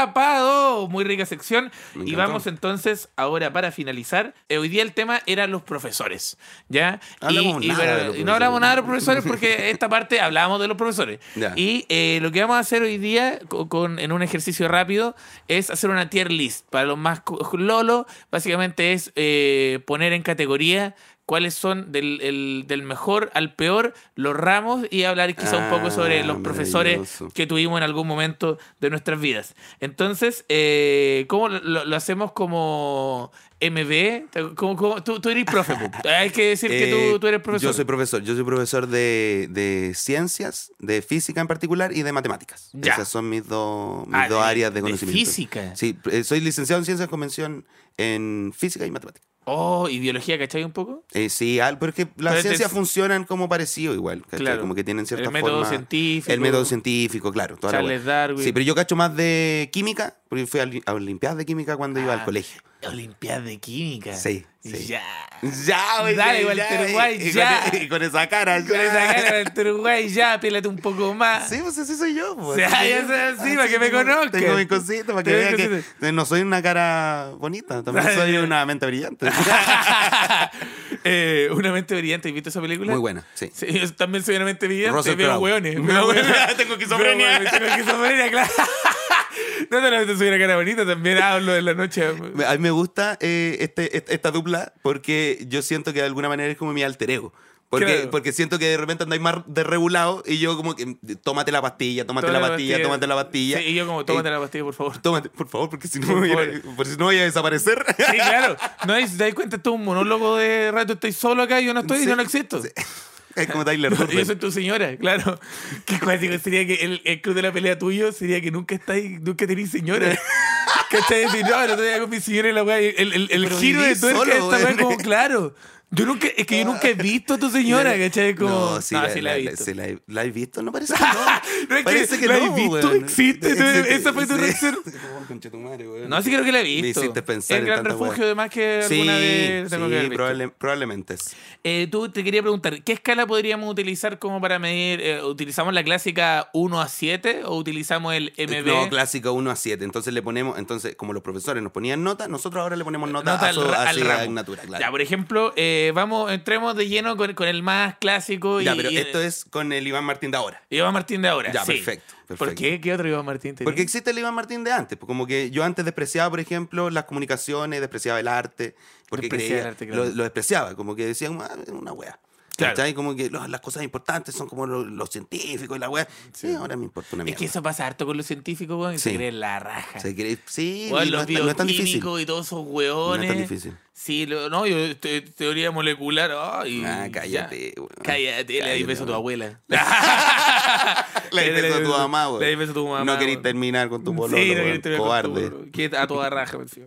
Speaker 2: atrapado. Muy rica sección.
Speaker 3: Me
Speaker 2: Y
Speaker 3: encantó.
Speaker 2: vamos entonces ahora para finalizar. Eh, hoy día el tema eran los profesores. ¿Ya?
Speaker 3: No hablamos nada de los
Speaker 2: y no hablamos
Speaker 3: profesores.
Speaker 2: nada de los profesores
Speaker 3: [LAUGHS]
Speaker 2: porque esta parte hablamos de los profesores.
Speaker 3: Ya.
Speaker 2: Y eh, lo que vamos a hacer hoy día co- con- en un ejercicio rápido es hacer una tier list. Para los más cu- lolo, básicamente es eh, poner en categoría cuáles son del, el- del mejor al peor los ramos y hablar quizá un poco sobre
Speaker 3: Ah,
Speaker 2: los profesores
Speaker 3: maravilloso.
Speaker 2: que tuvimos en algún momento de nuestras vidas. Entonces, eh, ¿cómo lo, lo hacemos como MB? ¿Cómo- cómo- Tú, tú eres profe, po.
Speaker 3: [LAUGHS]
Speaker 2: hay que decir que
Speaker 3: Eh,
Speaker 2: tú, tú eres profesor.
Speaker 3: Yo soy profesor. Yo soy profesor de, de ciencias, de física en particular y de matemáticas.
Speaker 2: Ya.
Speaker 3: Esas son mis dos, mis
Speaker 2: Ah,
Speaker 3: dos áreas de conocimiento.
Speaker 2: física.
Speaker 3: Sí, eh, soy licenciado en ciencias convención en física y matemáticas.
Speaker 2: Oh, y biología, ¿cachai? Un poco.
Speaker 3: Eh, sí, al- porque
Speaker 2: Pero
Speaker 3: las
Speaker 2: te-
Speaker 3: ciencias funcionan como parecido igual, ¿cachai?
Speaker 2: Claro.
Speaker 3: como que tienen cierta
Speaker 2: El método
Speaker 3: forma-
Speaker 2: científico.
Speaker 3: El método científico, claro. toda la
Speaker 2: Charles
Speaker 3: wea.
Speaker 2: Darwin.
Speaker 3: Sí, pero yo cacho más de química, porque fui a, li- a Olimpiadas de Química cuando iba
Speaker 2: Ah.
Speaker 3: al colegio.
Speaker 2: Olimpiadas de Química.
Speaker 3: Sí, sí.
Speaker 2: Ya.
Speaker 3: [LAUGHS] Ya, güey,
Speaker 2: Dale,
Speaker 3: ya,
Speaker 2: Walter
Speaker 3: y-
Speaker 2: White,
Speaker 3: y con- e,
Speaker 2: ya.
Speaker 3: Y con esa cara,
Speaker 2: Con
Speaker 3: ya.
Speaker 2: esa cara del Uruguay, ya, pílate un poco más.
Speaker 3: Sí, pues ese soy yo. Pues.
Speaker 2: Sí, ah, ya sé, sí, para que me
Speaker 3: tengo-
Speaker 2: conozcan.
Speaker 3: Tengo mi cosita, para que
Speaker 2: Tengo
Speaker 3: vean
Speaker 2: mi
Speaker 3: que no soy una cara bonita, también soy una mente brillante.
Speaker 2: [LAUGHS] Eh, una mente brillante, ¿has visto esa película?
Speaker 3: [LAUGHS] Muy buena, sí.
Speaker 2: Sí, yo también soy una mente brillante.
Speaker 3: Russell
Speaker 2: veo
Speaker 3: Crowe. [LAUGHS]
Speaker 2: hueones. Veo
Speaker 3: Veo
Speaker 2: hueones.
Speaker 3: hueones, tengo esquizofrenia.
Speaker 2: Veo hueones, Tengo esquizofrenia, [LAUGHS] claro. No solamente soy una cara bonita, también hablo de la noche.
Speaker 3: A mí me ah, gusta eh, este, est- esta dupla porque yo siento que de alguna manera es como mi alter ego. Porque,
Speaker 2: Claro.
Speaker 3: porque siento que de repente andáis más desregulado y yo como que tómate la pastilla, tómate, la pastilla, tómate la pastilla. Eh,
Speaker 2: Sí, y yo como, tómate la pastilla, por favor.
Speaker 3: Tómate, por favor, porque si no,
Speaker 2: Por
Speaker 3: voy a-
Speaker 2: favor.
Speaker 3: por si no voy a desaparecer.
Speaker 2: Sí, claro. No, y si te das cuenta, esto es un monólogo de rato. Estoy solo acá, yo no estoy,
Speaker 3: Sí,
Speaker 2: yo no existo.
Speaker 3: [LAUGHS] es como Tyler Durden.
Speaker 2: Yo soy tu señora,
Speaker 3: [LAUGHS]
Speaker 2: claro. Qué cuático sería que el, el club de la pelea tuyo sería que nunca estáis, nunca tenéis
Speaker 3: [LAUGHS]
Speaker 2: señora. ¿Cachai? Decir, no, el otro día con mi señora y la weá, el, el, el
Speaker 3: Pero
Speaker 2: giro de
Speaker 3: vivís
Speaker 2: tuerca
Speaker 3: solo,
Speaker 2: de esta weá
Speaker 3: weón.
Speaker 2: como claro. Yo nunca, es que yo nunca he visto a tu
Speaker 3: [LAUGHS]
Speaker 2: señora, ¿cachai? Como,
Speaker 3: No, sí, la,
Speaker 2: he
Speaker 3: la-
Speaker 2: visto.
Speaker 3: sí la he, ¿la he visto,
Speaker 2: [LAUGHS]
Speaker 3: no parece que no.
Speaker 2: No es que
Speaker 3: parece
Speaker 2: la he
Speaker 3: no,
Speaker 2: visto,
Speaker 3: weón.
Speaker 2: existe, tú-
Speaker 3: Existe,
Speaker 2: esa fue tu
Speaker 3: sí. [LAUGHS]
Speaker 2: reacción.
Speaker 3: Oh, conchetumare, weón.
Speaker 2: No, sí creo que la he visto.
Speaker 3: Me hiciste pensar
Speaker 2: El
Speaker 3: en
Speaker 2: gran
Speaker 3: tanta
Speaker 2: refugio,
Speaker 3: weá.
Speaker 2: además que
Speaker 3: Sí,
Speaker 2: alguna vez tengo
Speaker 3: sí,
Speaker 2: que haber visto.
Speaker 3: probable- probablemente. es.
Speaker 2: Eh, tú te quería preguntar, ¿qué escala podríamos utilizar como para medir? eh, ¿Utilizamos la clásica 1 a 7 o utilizamos el MB?
Speaker 3: No, clásico 1 a 7. Entonces le ponemos, entonces como los profesores nos ponían nota, nosotros ahora le ponemos nota, a
Speaker 2: al
Speaker 3: su-
Speaker 2: ra-
Speaker 3: a
Speaker 2: al
Speaker 3: su
Speaker 2: ramo.
Speaker 3: asignatura, claro.
Speaker 2: Ya, por ejemplo, eh, eh, vamos, entremos de lleno con, con el más clásico. Y,
Speaker 3: Ya, pero
Speaker 2: y-
Speaker 3: esto es con el Iván Martín de ahora.
Speaker 2: Iván Martín de ahora.
Speaker 3: Ya,
Speaker 2: sí.
Speaker 3: perfecto, perfecto.
Speaker 2: ¿Por qué? ¿Qué otro Iván Martín tenía?
Speaker 3: Porque existe el Iván Martín de antes, pues como que yo antes despreciaba, por ejemplo, las comunicaciones, despreciaba el arte, porque
Speaker 2: Despreciaba
Speaker 3: creía-
Speaker 2: el arte,
Speaker 3: lo,
Speaker 2: claro.
Speaker 3: lo despreciaba, como que decían, "Ah, es una wea.
Speaker 2: Claro.
Speaker 3: ¿Cachai? Como que "No, las cosas importantes son como lo- los, científicos y la wea. Sí, ahora me importa
Speaker 2: es
Speaker 3: una mierda.
Speaker 2: que eso pasa harto con los científicos, weón, y se
Speaker 3: Sí.
Speaker 2: creen la raja.
Speaker 3: O sea, que- sí,
Speaker 2: Weón,
Speaker 3: y no,
Speaker 2: los
Speaker 3: es tan- no es tan difícil.
Speaker 2: bioquímicos y todos esos
Speaker 3: No
Speaker 2: weones.
Speaker 3: es tan difícil.
Speaker 2: Sí, lo- no, yo, te- teoría molecular. ay,
Speaker 3: Ah,
Speaker 2: ya.
Speaker 3: cállate, weón.
Speaker 2: Cállate, le di
Speaker 3: Cállate,
Speaker 2: beso a tu
Speaker 3: weón.
Speaker 2: abuela.
Speaker 3: [LAUGHS] Le di beso a tu mamá,
Speaker 2: [LAUGHS]
Speaker 3: weón.
Speaker 2: Le di beso a tu mamá.
Speaker 3: No querís
Speaker 2: weón.
Speaker 3: terminar con tu pololo,
Speaker 2: Sí, no
Speaker 3: weón,
Speaker 2: quería terminar con tu
Speaker 3: cobarde.
Speaker 2: pololo. Quieta, a toda raja, por encima.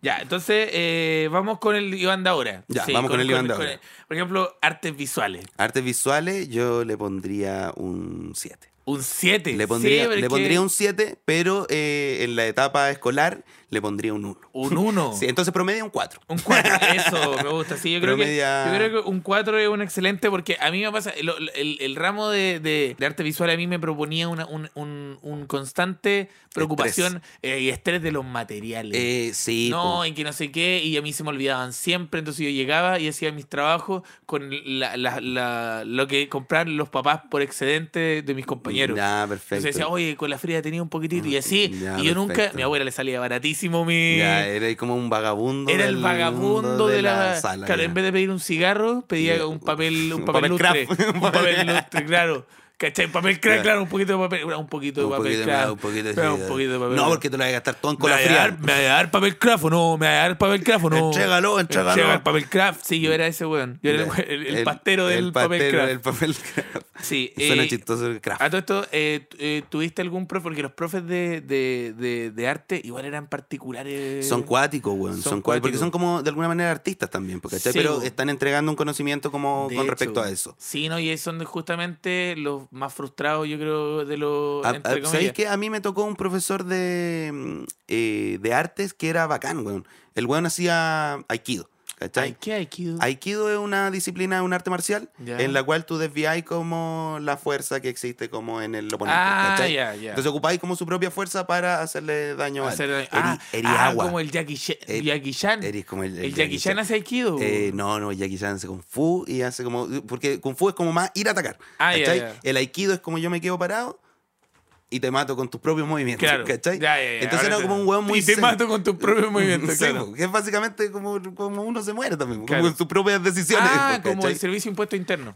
Speaker 2: Ya, entonces eh, vamos con el Iván de ahora.
Speaker 3: Ya, vamos con el Iván de ahora.
Speaker 2: por ejemplo, artes visuales.
Speaker 3: Artes visuales, yo le pondría un 7.
Speaker 2: Un 7.
Speaker 3: Le pondría, le pondría un 7, pero eh, en la etapa escolar le pondría un 1.
Speaker 2: Un
Speaker 3: [LAUGHS]
Speaker 2: 1.
Speaker 3: Sí, entonces promedio un 4.
Speaker 2: Un
Speaker 3: [LAUGHS]
Speaker 2: 4, eso me gusta. Sí, yo creo, que,
Speaker 3: Promedia-
Speaker 2: yo creo que un 4 es un excelente porque a mí me pasa, lo- el, el ramo de, de- de arte visual a mí me proponía una, un, un- un constante preocupación eh, y estrés de los materiales.
Speaker 3: Eh, sí.
Speaker 2: no,
Speaker 3: po.
Speaker 2: y que no sé qué, y a mí se me olvidaban siempre, entonces yo llegaba y hacía mis trabajos con la- la- la- lo que compraban los papás por excedente de mis compañeros.
Speaker 3: Ya,
Speaker 2: Entonces
Speaker 3: perfecto. Ah,
Speaker 2: decía, oye, con la fría tenía un poquitito y así.
Speaker 3: Ya,
Speaker 2: y yo nunca,
Speaker 3: perfecto.
Speaker 2: mi abuela le salía baratísimo mi,
Speaker 3: Ya, era como un vagabundo.
Speaker 2: era el
Speaker 3: del
Speaker 2: vagabundo
Speaker 3: mundo
Speaker 2: de la,
Speaker 3: sala.
Speaker 2: Claro,
Speaker 3: ya.
Speaker 2: en vez de pedir un cigarro, pedía
Speaker 3: Ya.
Speaker 2: un
Speaker 3: [LAUGHS]
Speaker 2: papel, un
Speaker 3: Un
Speaker 2: papel, lustre.
Speaker 3: papel craft.
Speaker 2: Un papel lustre, claro. ¿Cachai? Papel crack,
Speaker 3: [LAUGHS] Ya.
Speaker 2: claro, un poquito de papel. Un poquito de
Speaker 3: un
Speaker 2: papel
Speaker 3: poquito,
Speaker 2: craft.
Speaker 3: un poquito,
Speaker 2: Pero un poquito de papel.
Speaker 3: No, porque te lo vas a gastar todo en
Speaker 2: ¿Me
Speaker 3: cola
Speaker 2: va a
Speaker 3: fría.
Speaker 2: dar- me va a dar papel craft o no? ¿Me va a dar papel craft o no?
Speaker 3: Entrégalo, entrégalo.
Speaker 2: Entrega el papel craft. Sí, yo era ese weón. Yo era el, el- el pastero del
Speaker 3: el
Speaker 2: papel
Speaker 3: pastero
Speaker 2: craft.
Speaker 3: del papel craft.
Speaker 2: Sí.
Speaker 3: Suena
Speaker 2: eh,
Speaker 3: chistoso el craft.
Speaker 2: A todo esto, eh, tu- eh, ¿tuviste algún profe? Porque los profes de, de, de, de arte igual eran particulares.
Speaker 3: Son cuáticos, weón.
Speaker 2: son
Speaker 3: Son, cuáticos. Porque
Speaker 2: cuáticos.
Speaker 3: son como, de alguna manera, artistas también, po, ¿cachai?
Speaker 2: Sí,
Speaker 3: Pero
Speaker 2: po.
Speaker 3: están entregando un conocimiento como
Speaker 2: De
Speaker 3: con
Speaker 2: hecho,
Speaker 3: respecto a eso.
Speaker 2: Sí, no, y son de- justamente los más frustrados, yo creo, de los.
Speaker 3: A-
Speaker 2: entre
Speaker 3: a- ¿Sabéis
Speaker 2: comillas.
Speaker 3: que A mí me tocó un profesor de, mm, eh, de artes que era bacán, weón. El weón hacía aikido,
Speaker 2: Ay,
Speaker 3: ¿cachai?
Speaker 2: ¿Qué aikido?
Speaker 3: Aikido es una disciplina, un arte marcial,
Speaker 2: Ya.
Speaker 3: en la cual tú desviáis como la fuerza que existe como en el oponente,
Speaker 2: ah,
Speaker 3: ¿cachai?
Speaker 2: ya, ya.
Speaker 3: Entonces ocupáis como su propia fuerza para hacerle daño a
Speaker 2: Hacer-
Speaker 3: él. Eri-
Speaker 2: ah,
Speaker 3: eri
Speaker 2: ah,
Speaker 3: agua.
Speaker 2: como el Jackie Chan.
Speaker 3: Eh,
Speaker 2: Jackie Chan.
Speaker 3: Eri es como el,
Speaker 2: el, Jackie Chan hace aikido.
Speaker 3: Eh, no, no, Jackie Chan hace Kung Fu y hace como. Porque Kung Fu es como más ir a atacar.
Speaker 2: Ah, ya,
Speaker 3: ¿cachai?
Speaker 2: ya.
Speaker 3: El Aikido es como yo me quedo parado y te mato con tus propios movimientos.
Speaker 2: claro.
Speaker 3: ¿Cachai?
Speaker 2: Ya, ya, ya,
Speaker 3: Entonces
Speaker 2: ahora
Speaker 3: era
Speaker 2: te-
Speaker 3: como un hueón muy.
Speaker 2: Y te
Speaker 3: zen.
Speaker 2: mato con tus propios movimientos,
Speaker 3: [LAUGHS] Sí,
Speaker 2: claro.
Speaker 3: po, que es básicamente como, como uno se muere también,
Speaker 2: Claro.
Speaker 3: como en sus propias decisiones.
Speaker 2: Ah, como
Speaker 3: po, pues, ¿cachai?
Speaker 2: el servicio impuesto
Speaker 3: [LAUGHS]
Speaker 2: interno.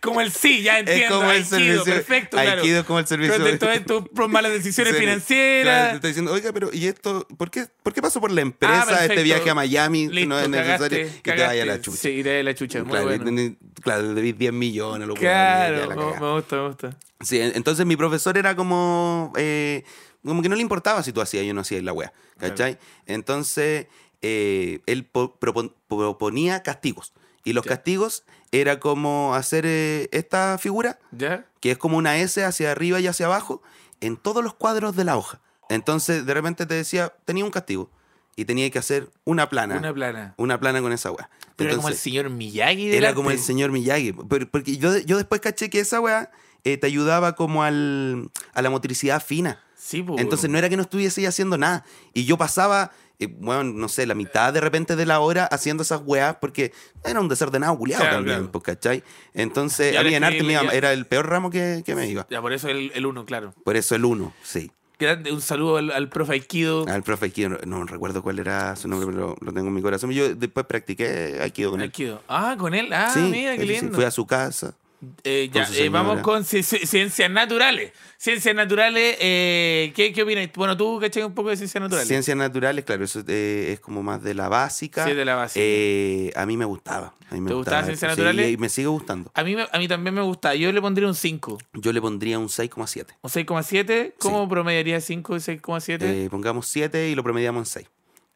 Speaker 2: como el sí, ya entiendo.
Speaker 3: Es como el
Speaker 2: aikido,
Speaker 3: servicio.
Speaker 2: perfecto, claro.
Speaker 3: Aikido es como el servicio.
Speaker 2: Protector de tus pro- malas decisiones
Speaker 3: Sí, [LAUGHS] claro, te
Speaker 2: financieras.
Speaker 3: está diciendo, oiga, pero ¿y esto? ¿Por qué, por qué pasó por la empresa
Speaker 2: Ah, perfecto.
Speaker 3: este viaje a Miami?
Speaker 2: Listo,
Speaker 3: no es necesario
Speaker 2: cagaste,
Speaker 3: que te vaya a la
Speaker 2: cagaste.
Speaker 3: chucha.
Speaker 2: Sí, te vaya a la chucha. muy
Speaker 3: Claro,
Speaker 2: bueno.
Speaker 3: ni- claro, le debís 10 millones. Lo
Speaker 2: Claro,
Speaker 3: la
Speaker 2: me,
Speaker 3: cagá.
Speaker 2: me gusta, me gusta.
Speaker 3: Sí, en- entonces mi profesor era como. eh, como que no le importaba si tú hacías yo no hacía la wea. ¿Cachai? Entonces eh, él po- propon- proponía castigos. Y los
Speaker 2: Ya.
Speaker 3: castigos era como hacer eh, esta figura,
Speaker 2: ¿Ya?
Speaker 3: que es como una S hacia arriba y hacia abajo, en todos los cuadros de la hoja. Entonces de repente te decía, tenía un castigo. Y tenía que hacer una plana.
Speaker 2: Una
Speaker 3: Una,
Speaker 2: plana.
Speaker 3: plana con esa wea.
Speaker 2: Pero era como el
Speaker 3: Entonces-
Speaker 2: señor Miyagi del
Speaker 3: era
Speaker 2: arte.
Speaker 3: como el señor Miyagi. Pero- Porque yo, yo después caché que esa weá eh, te ayudaba como al, a la motricidad fina.
Speaker 2: Sí, pues.
Speaker 3: Entonces no era que no estuviese haciendo nada. Y yo pasaba, eh, bueno, no sé, la mitad de repente de la hora haciendo esas weas porque era un desordenado culiado
Speaker 2: Claro,
Speaker 3: también,
Speaker 2: claro.
Speaker 3: pues, ¿cachai? Entonces,
Speaker 2: Y
Speaker 3: a
Speaker 2: ahora
Speaker 3: mí en
Speaker 2: escribí
Speaker 3: arte me iba-
Speaker 2: ya.
Speaker 3: era el peor ramo que, que me iba.
Speaker 2: Ya, por eso el, el uno, claro.
Speaker 3: Por eso el uno, sí.
Speaker 2: Grande, un saludo al, al profe Aikido.
Speaker 3: Al profe Aikido, no, no recuerdo cuál era su nombre, pero lo tengo en mi corazón. Yo después practiqué Aikido con él.
Speaker 2: Aikido. Ah, con él. Ah,
Speaker 3: Sí,
Speaker 2: mira, qué
Speaker 3: sí,
Speaker 2: lindo.
Speaker 3: Fui a su casa.
Speaker 2: Eh, ya,
Speaker 3: con su
Speaker 2: eh,
Speaker 3: señora.
Speaker 2: vamos con ci- ci- ciencias naturales. Ciencias naturales, eh, ¿qué, ¿qué opinas? Bueno, tú caché un poco de ciencias naturales.
Speaker 3: Ciencias naturales, claro, eso eh, es como más de la básica.
Speaker 2: Sí, de la básica.
Speaker 3: Eh, a mí me gustaba. A mí me
Speaker 2: ¿Te gustaba ciencias
Speaker 3: sí,
Speaker 2: naturales?
Speaker 3: y me sigue gustando.
Speaker 2: A, mí, me- a mí también me gusta. Yo le pondría un 5.
Speaker 3: Yo le pondría un 6,7.
Speaker 2: Un 6,7. ¿Cómo promediaría 5 y 6,7?
Speaker 3: Eh, pongamos 7 y lo promediamos en 6.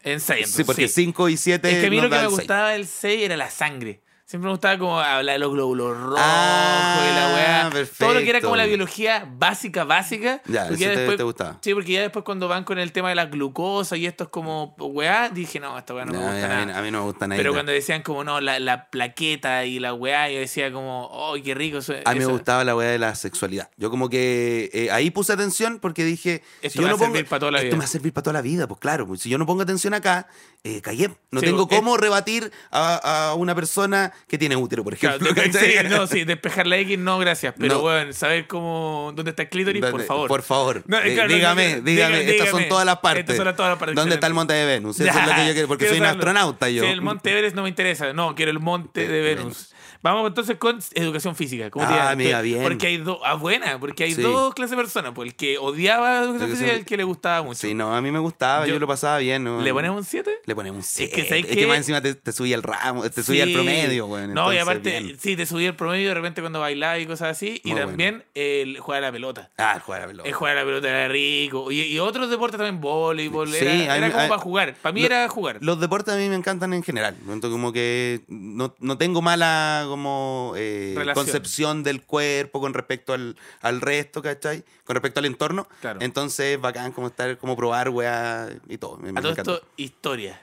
Speaker 2: en 6.
Speaker 3: Sí, porque 5 y 7
Speaker 2: pues, Es que a mí
Speaker 3: nos
Speaker 2: lo que
Speaker 3: da
Speaker 2: me
Speaker 3: el seis.
Speaker 2: gustaba del 6 era la sangre. Siempre me gustaba como hablar de los glóbulos rojos
Speaker 3: Ah,
Speaker 2: y la weá. Todo lo que era
Speaker 3: perfecto.
Speaker 2: como la biología básica, básica.
Speaker 3: Ya, eso
Speaker 2: porque ya
Speaker 3: te,
Speaker 2: después-
Speaker 3: te gustaba.
Speaker 2: Sí, porque ya después cuando van con el tema de la glucosa y esto es como weá, dije, no, esta weá no, me
Speaker 3: No, a, mí,
Speaker 2: gusta
Speaker 3: a mí-
Speaker 2: nada.
Speaker 3: a mí no me gusta nada.
Speaker 2: Pero cuando decían como, no, la, la plaqueta y la weá, yo decía como, oh, qué rico. Eso,
Speaker 3: A mí me
Speaker 2: eso-
Speaker 3: gustaba la weá de la sexualidad. Yo como que eh, ahí puse atención porque dije,
Speaker 2: Esto me va a servir para toda la
Speaker 3: esto
Speaker 2: vida.
Speaker 3: me va a servir para toda la vida, pues claro, pues, si yo no pongo atención acá, eh, callé. No
Speaker 2: Sí,
Speaker 3: tengo
Speaker 2: pues,
Speaker 3: cómo rebatir a, a una persona que tiene útero, por [LAUGHS]
Speaker 2: Claro,
Speaker 3: ejemplo.
Speaker 2: despe-
Speaker 3: ¿cachai?
Speaker 2: [LAUGHS] sí, no, sí, despejar la X, no, gracias. Pero,
Speaker 3: No.
Speaker 2: weón, saber cómo, dónde está el clítoris, por
Speaker 3: Dale,
Speaker 2: favor.
Speaker 3: Por favor.
Speaker 2: No,
Speaker 3: Eh,
Speaker 2: claro, no,
Speaker 3: dígame,
Speaker 2: no,
Speaker 3: dígame,
Speaker 2: dígame,
Speaker 3: Estas son
Speaker 2: dígame.
Speaker 3: todas las partes.
Speaker 2: Estas son las- todas las partes,
Speaker 3: ¿Dónde está el
Speaker 2: excelente.
Speaker 3: monte de Venus? Eso es
Speaker 2: [LAUGHS]
Speaker 3: lo que yo quiero, porque
Speaker 2: Quiero
Speaker 3: soy un
Speaker 2: saberlo.
Speaker 3: astronauta yo.
Speaker 2: Sí, el monte Everest no me interesa. No, quiero el monte de
Speaker 3: Eh,
Speaker 2: Venus. Vamos entonces con educación física. ¿Cómo te
Speaker 3: Ah,
Speaker 2: iba?
Speaker 3: amiga,
Speaker 2: Porque-
Speaker 3: bien.
Speaker 2: Porque hay dos. Ah, buena, porque hay
Speaker 3: Sí.
Speaker 2: dos clases de personas. Pues el que odiaba educación
Speaker 3: Educación-
Speaker 2: física y el que le gustaba mucho.
Speaker 3: Sí, no, a mí me gustaba, yo,
Speaker 2: Yo-
Speaker 3: lo pasaba bien. ¿no?
Speaker 2: ¿Le ponemos un 7?
Speaker 3: Le ponemos un 7.
Speaker 2: que, ¿sabes
Speaker 3: es que
Speaker 2: qué?
Speaker 3: más encima te, te subía el ramo, te subía el
Speaker 2: Sí.
Speaker 3: promedio, güey.
Speaker 2: No, y
Speaker 3: entonces,
Speaker 2: aparte,
Speaker 3: bien.
Speaker 2: sí, te subía el promedio de repente cuando bailaba y cosas así. Y
Speaker 3: Muy bueno.
Speaker 2: también el jugar a la pelota.
Speaker 3: Ah, el jugar a la pelota.
Speaker 2: El jugar a la pelota era rico. Y, y otros deportes también, voleibol.
Speaker 3: Sí,
Speaker 2: era,
Speaker 3: a mí
Speaker 2: era
Speaker 3: me-
Speaker 2: como
Speaker 3: a-
Speaker 2: para jugar. Para mí
Speaker 3: lo-
Speaker 2: era jugar.
Speaker 3: Los deportes a mí me encantan en general. Entonces, como que no, no tengo mala como eh,
Speaker 2: Relación.
Speaker 3: concepción del cuerpo con respecto al, al resto, ¿cachai? Con respecto al entorno.
Speaker 2: Claro.
Speaker 3: Entonces, bacán como estar, como probar, weá, y todo. Me, me
Speaker 2: a todo
Speaker 3: encanta.
Speaker 2: esto, historia.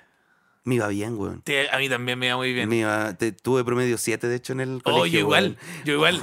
Speaker 3: Me iba bien, weón.
Speaker 2: Te- a mí también me iba muy bien.
Speaker 3: Me iba- te- tuve promedio 7, de hecho, en el colegio.
Speaker 2: Oh, yo igual,
Speaker 3: weón.
Speaker 2: yo igual.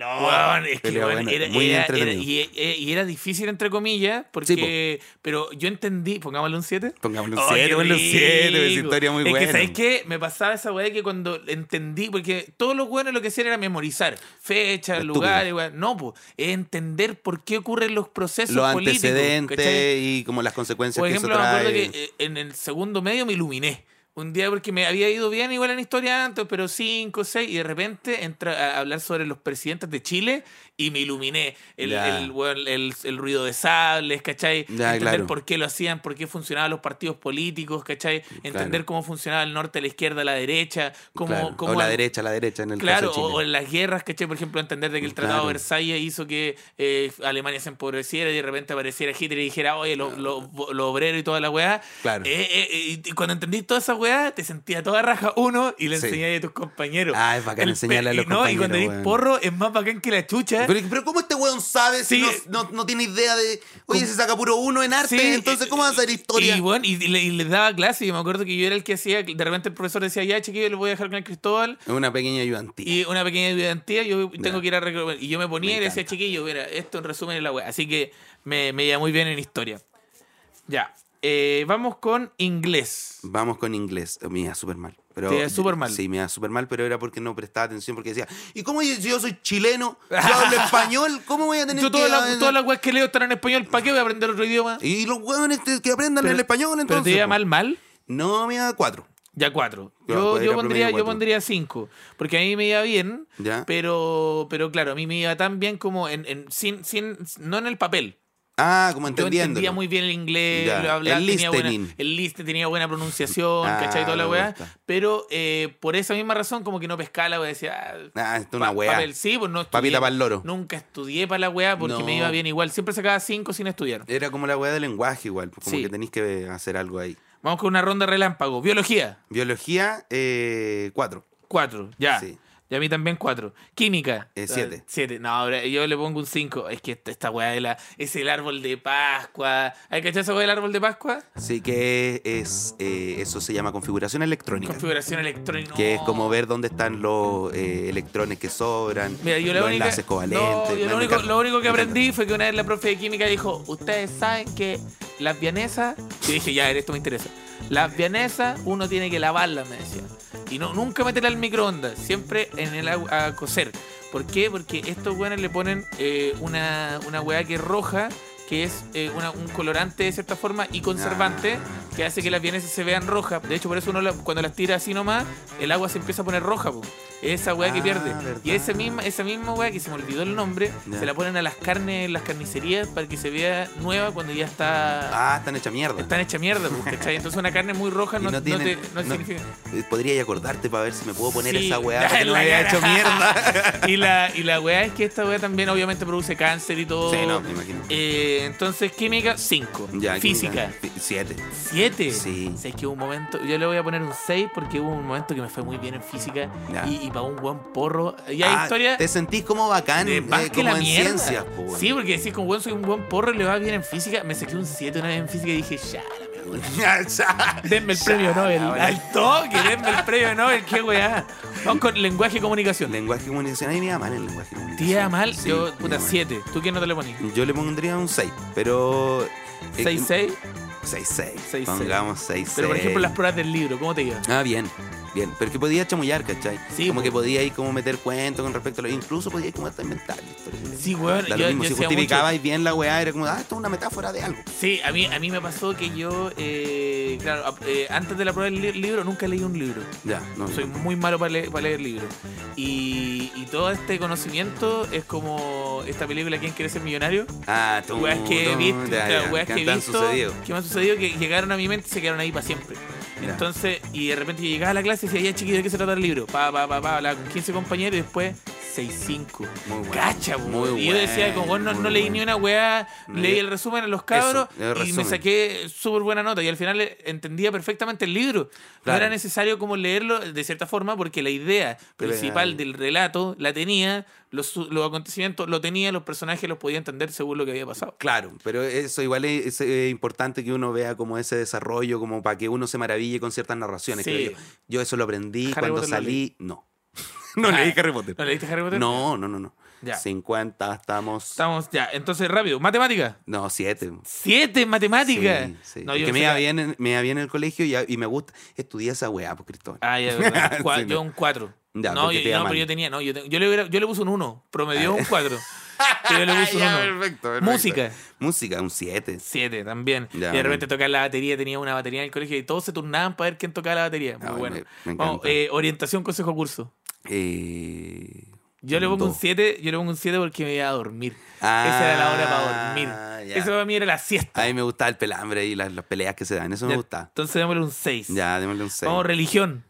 Speaker 2: Weón, es que
Speaker 3: Pelea
Speaker 2: weón,
Speaker 3: buena,
Speaker 2: era,
Speaker 3: muy
Speaker 2: era-
Speaker 3: entretenido.
Speaker 2: era- y, y- y era difícil, entre comillas, porque. Pero yo entendí, pongámosle un 7.
Speaker 3: Pongámosle un
Speaker 2: Oh,
Speaker 3: 7,
Speaker 2: qué
Speaker 3: ponle un 7, esa
Speaker 2: rico.
Speaker 3: pues, historia muy
Speaker 2: es
Speaker 3: buena.
Speaker 2: que, ¿sabes qué? Me pasaba esa weá que cuando entendí, porque todos los weones lo que hacían era memorizar fechas,
Speaker 3: Estúpido.
Speaker 2: lugares, weá. No, pues, es entender por qué ocurren los procesos
Speaker 3: Los
Speaker 2: políticos.
Speaker 3: antecedentes
Speaker 2: ¿cachai?
Speaker 3: y como las consecuencias
Speaker 2: Por
Speaker 3: que
Speaker 2: ejemplo,
Speaker 3: eso
Speaker 2: me
Speaker 3: trae.
Speaker 2: acuerdo que eh, en el segundo medio me iluminé. Un día porque me había ido bien igual en historia antes, pero cinco, seis, y de repente entra a hablar sobre los presidentes de Chile y me iluminé. El,
Speaker 3: Ya.
Speaker 2: el, weón, el- el ruido de sables, ¿cachai?
Speaker 3: Ya,
Speaker 2: Entender
Speaker 3: claro.
Speaker 2: por qué lo hacían, por qué funcionaban los partidos políticos, ¿cachai? Entender
Speaker 3: Claro.
Speaker 2: cómo funcionaba el norte, la izquierda, la derecha, cómo...
Speaker 3: Claro,
Speaker 2: cómo
Speaker 3: o la
Speaker 2: al-
Speaker 3: derecha, la derecha en el
Speaker 2: Claro,
Speaker 3: caso de
Speaker 2: o,
Speaker 3: Chile. Mm,
Speaker 2: o en las guerras, ¿cachai? Por ejemplo, entender de que el Tratado
Speaker 3: Claro.
Speaker 2: de Versalles hizo que eh, Alemania se empobreciera y de repente apareciera Hitler y dijera, oye, los lo, lo obreros y toda la weá.
Speaker 3: Claro.
Speaker 2: Eh, eh, eh, y cuando entendí toda esa weá, te sentías toda raja uno y le
Speaker 3: Sí.
Speaker 2: enseñás a tus compañeros.
Speaker 3: Ah, es bacán
Speaker 2: El
Speaker 3: enseñarle a
Speaker 2: pe-
Speaker 3: los
Speaker 2: y no, Y cuando
Speaker 3: compañeros,
Speaker 2: eres
Speaker 3: weón.
Speaker 2: porro, es más bacán que la chucha.
Speaker 3: Pero, pero ¿cómo este weón sabe si
Speaker 2: Sí.
Speaker 3: no, no, no tiene idea de. Oye, se saca puro uno en arte,
Speaker 2: Sí,
Speaker 3: entonces
Speaker 2: eh,
Speaker 3: ¿cómo va a ser historia?
Speaker 2: Y bueno, y le, y les daba clase. Y me acuerdo que yo era el que hacía, de repente el profesor decía, ya chiquillo, les voy a dejar con el Cristóbal.
Speaker 3: Es una pequeña ayudantía.
Speaker 2: Y una pequeña ayudantía, yo tengo
Speaker 3: Ya.
Speaker 2: que ir a reclamar. Y yo me ponía
Speaker 3: Me
Speaker 2: y le decía,
Speaker 3: encanta.
Speaker 2: chiquillo, mira, esto en resumen es la web. Así que me, me iba muy bien en historia. Ya. Eh, vamos con inglés.
Speaker 3: Vamos con inglés. Oh, Me iba súper mal. Pero,
Speaker 2: Te iba súper mal.
Speaker 3: Sí, me iba súper mal, pero era porque no prestaba atención, porque decía, ¿y cómo yo- si yo soy chileno?
Speaker 2: [LAUGHS]
Speaker 3: Yo hablo español, ¿cómo voy a tener
Speaker 2: Yo
Speaker 3: que-
Speaker 2: todas las todas las weas que leo están en español, ¿para qué voy a aprender otro idioma?
Speaker 3: Y los huevones que aprendan
Speaker 2: Pero-
Speaker 3: el español,
Speaker 2: Pero
Speaker 3: entonces.
Speaker 2: te iba
Speaker 3: po.
Speaker 2: mal, mal.
Speaker 3: No, me iba cuatro.
Speaker 2: Ya cuatro. Yo,
Speaker 3: Ya, pues,
Speaker 2: yo
Speaker 3: era promedio
Speaker 2: pondría, yo
Speaker 3: cuatro.
Speaker 2: pondría cinco. Porque a mí me iba bien,
Speaker 3: Ya.
Speaker 2: pero, pero claro, a mí me iba tan bien como en, en- sin, sin, no en el papel.
Speaker 3: Ah, como
Speaker 2: Yo
Speaker 3: entendiendo.
Speaker 2: entendía muy bien el inglés,
Speaker 3: Ya,
Speaker 2: lo hablaba,
Speaker 3: el
Speaker 2: tenía buena-
Speaker 3: listening.
Speaker 2: el liste tenía buena pronunciación,
Speaker 3: Ah,
Speaker 2: ¿cachai? Toda la
Speaker 3: me
Speaker 2: weá.
Speaker 3: gusta.
Speaker 2: Pero eh, por esa misma razón, como que no pescaba la weá, decía. ah,
Speaker 3: Ah, esto es una
Speaker 2: pa-
Speaker 3: weá.
Speaker 2: papel. Sí, pues no estudié.
Speaker 3: Papita pa'l loro.
Speaker 2: Nunca estudié para la weá porque
Speaker 3: No.
Speaker 2: me iba bien igual. Siempre sacaba cinco sin estudiar.
Speaker 3: Era como la weá del lenguaje igual, pues, como
Speaker 2: Sí.
Speaker 3: que tenéis que hacer algo ahí.
Speaker 2: Vamos con una ronda relámpago. Biología,
Speaker 3: Biología, 4.
Speaker 2: cuatro, ya.
Speaker 3: Sí.
Speaker 2: Y a mí también cuatro. Química.
Speaker 3: Eh,
Speaker 2: Ah,
Speaker 3: siete.
Speaker 2: Siete. No, ahora yo le pongo un cinco. Es que esta, esta weá de la, es el árbol de Pascua. ¿Hay cachado esa weá del árbol de Pascua?
Speaker 3: Así que es, eh, eso se llama configuración electrónica.
Speaker 2: Configuración electrónica.
Speaker 3: que es como
Speaker 2: No.
Speaker 3: ver dónde están los eh, electrones que sobran,
Speaker 2: Mira, yo la
Speaker 3: los
Speaker 2: única,
Speaker 3: enlaces covalentes.
Speaker 2: No, yo
Speaker 3: me- me
Speaker 2: lo, único,
Speaker 3: encanta,
Speaker 2: lo único que
Speaker 3: me encanta.
Speaker 2: aprendí fue que una vez la profe de química dijo, ustedes saben que las vianesas, yo dije, ya, a ver, esto me interesa, las vianesas uno tiene que lavarlas, me decía. Y no, nunca meterla al microondas, siempre en el agua a cocer. ¿Por qué? Porque estos weones le ponen eh, una, una weá que es roja, que es eh, una- un colorante de cierta forma y conservante
Speaker 3: Ah,
Speaker 2: que hace que las vienesas se vean rojas. De hecho, por eso uno la- cuando las tira así nomás, el agua se empieza a poner roja, po. Esa weá que
Speaker 3: Ah,
Speaker 2: pierde. Y
Speaker 3: verdad.
Speaker 2: esa misma, esa misma weá que se me olvidó el nombre,
Speaker 3: Ya.
Speaker 2: se la ponen a las carnes en las carnicerías para que se vea nueva cuando ya está.
Speaker 3: Ah, están hechas mierda.
Speaker 2: Están hecha mierda, po, ¿cachai? Entonces una carne muy roja
Speaker 3: Y
Speaker 2: no,
Speaker 3: no
Speaker 2: no
Speaker 3: tienen-
Speaker 2: te, no
Speaker 3: no-
Speaker 2: significa.
Speaker 3: Eh, Podría ya acordarte para ver si me puedo poner
Speaker 2: Sí,
Speaker 3: esa weá
Speaker 2: ya
Speaker 3: porque
Speaker 2: en
Speaker 3: no me
Speaker 2: la
Speaker 3: había
Speaker 2: cara.
Speaker 3: hecho
Speaker 2: [LAUGHS]
Speaker 3: mierda.
Speaker 2: Y la, y la weá es que esta weá también obviamente produce cáncer y todo.
Speaker 3: sí, no, me imagino.
Speaker 2: Eh, entonces, química, 5.
Speaker 3: Ya,
Speaker 2: Física,
Speaker 3: química, fi- Siete.
Speaker 2: 7. 7.
Speaker 3: Sí.
Speaker 2: O sea, es que hubo un momento. Yo le voy a poner un 6 porque hubo un momento que me fue muy bien en física.
Speaker 3: Ya.
Speaker 2: Y, y para un buen porro. Y hay
Speaker 3: Ah,
Speaker 2: historias.
Speaker 3: Te sentís como bacán,
Speaker 2: de
Speaker 3: eh,
Speaker 2: más que
Speaker 3: como
Speaker 2: la
Speaker 3: en
Speaker 2: mierda.
Speaker 3: ciencias, pues, po, weón.
Speaker 2: sí, porque decís, con buen soy un buen porro y le va bien en física. Me saqué un 7 una vez en física y dije, ya, la
Speaker 3: [LAUGHS]
Speaker 2: mejor. Denme el premio Nobel.
Speaker 3: la wea.
Speaker 2: Al toque, denme el premio Nobel, qué weá. Vamos con lenguaje y comunicación.
Speaker 3: lenguaje y comunicación. A mí me da mal el lenguaje y comunicación.
Speaker 2: Te iba mal,
Speaker 3: Sí, me
Speaker 2: yo,
Speaker 3: da
Speaker 2: puta,
Speaker 3: mal.
Speaker 2: 7. ¿Tú qué no te le pones?
Speaker 3: Yo le pondría un 6, pero.
Speaker 2: 6, 6.
Speaker 3: 6-6.
Speaker 2: Seis,
Speaker 3: Pongamos 6-6.
Speaker 2: Pero por ejemplo, las pruebas del libro, ¿cómo te iba?
Speaker 3: Ah, bien, bien. Pero que podía chamullar, ¿cachai?
Speaker 2: Sí, pues.
Speaker 3: como
Speaker 2: po.
Speaker 3: que podía ahí como meter cuentos con respecto a lo. Incluso podía como hasta inventar historias.
Speaker 2: Sí, weón. Yo,
Speaker 3: Da lo
Speaker 2: yo
Speaker 3: mismo, si
Speaker 2: hacía mucho-
Speaker 3: justificabais bien la weá, era como, ah, esto es una metáfora de algo.
Speaker 2: Sí, a mí, a mí me pasó que yo, eh, claro, a- eh, antes de la prueba del li- libro, nunca leí un libro.
Speaker 3: Ya, no.
Speaker 2: Soy muy malo para leer, para leer libros. Y, y todo este conocimiento es como esta película ¿Quién quiere ser millonario?
Speaker 3: Ah, tú.
Speaker 2: Weas que he
Speaker 3: tú,
Speaker 2: visto,
Speaker 3: ya,
Speaker 2: claro,
Speaker 3: ya,
Speaker 2: weas
Speaker 3: que
Speaker 2: que he
Speaker 3: te han
Speaker 2: visto,
Speaker 3: sucedido.
Speaker 2: que me han sucedido que llegaron a mi mente y se quedaron ahí para siempre.
Speaker 3: Ya.
Speaker 2: Entonces, y de repente yo llegaba a la clase y decía, ya chiquillo, ¿de qué se trata el libro? Pa, pa, pa, pa, hablaba con 15 compañeros y después 6-5.
Speaker 3: Muy bueno.
Speaker 2: Cacha, weón.
Speaker 3: Muy
Speaker 2: Y yo decía, como bueno, no,
Speaker 3: muy
Speaker 2: no leí
Speaker 3: bueno.
Speaker 2: ni una weá,
Speaker 3: No,
Speaker 2: leí
Speaker 3: yo-
Speaker 2: el resumen a los cabros
Speaker 3: Eso, el
Speaker 2: y me
Speaker 3: resumen.
Speaker 2: saqué súper buena nota. Y al final eh, entendía perfectamente el libro. No
Speaker 3: Claro.
Speaker 2: era necesario como leerlo de cierta forma porque la idea
Speaker 3: Pero era
Speaker 2: principal
Speaker 3: ahí.
Speaker 2: del relato la tenía, los, su- los acontecimientos lo tenía, los personajes los podía entender según lo que había pasado.
Speaker 3: Claro, pero eso igual es, eh, importante que uno vea como ese desarrollo, como para que uno se maraville con ciertas narraciones.
Speaker 2: Sí.
Speaker 3: creo yo. Yo eso lo aprendí
Speaker 2: Harry
Speaker 3: cuando
Speaker 2: Potter lo
Speaker 3: salí. No. [LAUGHS] no leí Harry Potter.
Speaker 2: ¿No leíste [LAUGHS] Harry Potter?
Speaker 3: No, no, no, no.
Speaker 2: Ya.
Speaker 3: 50 estamos.
Speaker 2: Estamos ya. Entonces, rápido. Matemática.
Speaker 3: No, 7.
Speaker 2: Siete en matemática.
Speaker 3: Sí, sí.
Speaker 2: No,
Speaker 3: Es
Speaker 2: yo
Speaker 3: que me
Speaker 2: sé-
Speaker 3: iba, bien, en- me iba bien en el colegio y, y me gusta. Estudié esa weá, por Cristóbal.
Speaker 2: Ah, ya, verdad.
Speaker 3: [LAUGHS] Sí,
Speaker 2: Cua-
Speaker 3: no.
Speaker 2: yo un 4.
Speaker 3: Ya,
Speaker 2: no,
Speaker 3: porque
Speaker 2: yo,
Speaker 3: te iba
Speaker 2: no, pero
Speaker 3: mal. Ah,
Speaker 2: yo tenía, no, yo, te- yo le, hubiera- yo le puse un 1, promedió un 4. Yo le puse un
Speaker 3: [LAUGHS]
Speaker 2: 1.
Speaker 3: Ya, perfecto, perfecto.
Speaker 2: Música,
Speaker 3: Música, un 7.
Speaker 2: 7 también.
Speaker 3: Ya,
Speaker 2: y de repente
Speaker 3: bueno.
Speaker 2: tocaba la batería, tenía una batería en el colegio y todos se turnaban para ver quién tocaba la batería. Muy
Speaker 3: Ah,
Speaker 2: bueno.
Speaker 3: me- me
Speaker 2: Vamos,
Speaker 3: encanta.
Speaker 2: eh, orientación, consejo, curso.
Speaker 3: Eh,
Speaker 2: Yo le pongo un
Speaker 3: dos.
Speaker 2: 7, yo le pongo un 7 porque me iba a dormir. Esa era la hora para
Speaker 3: Ah,
Speaker 2: dormir.
Speaker 3: ya.
Speaker 2: Eso para mí era la siesta.
Speaker 3: A mí me gustaba el pelambre y las, las peleas que se dan. Eso me
Speaker 2: Ya, Oh,
Speaker 3: gusta.
Speaker 2: Entonces démosle un 6.
Speaker 3: Ya, démosle un 6.
Speaker 2: Vamos, religión.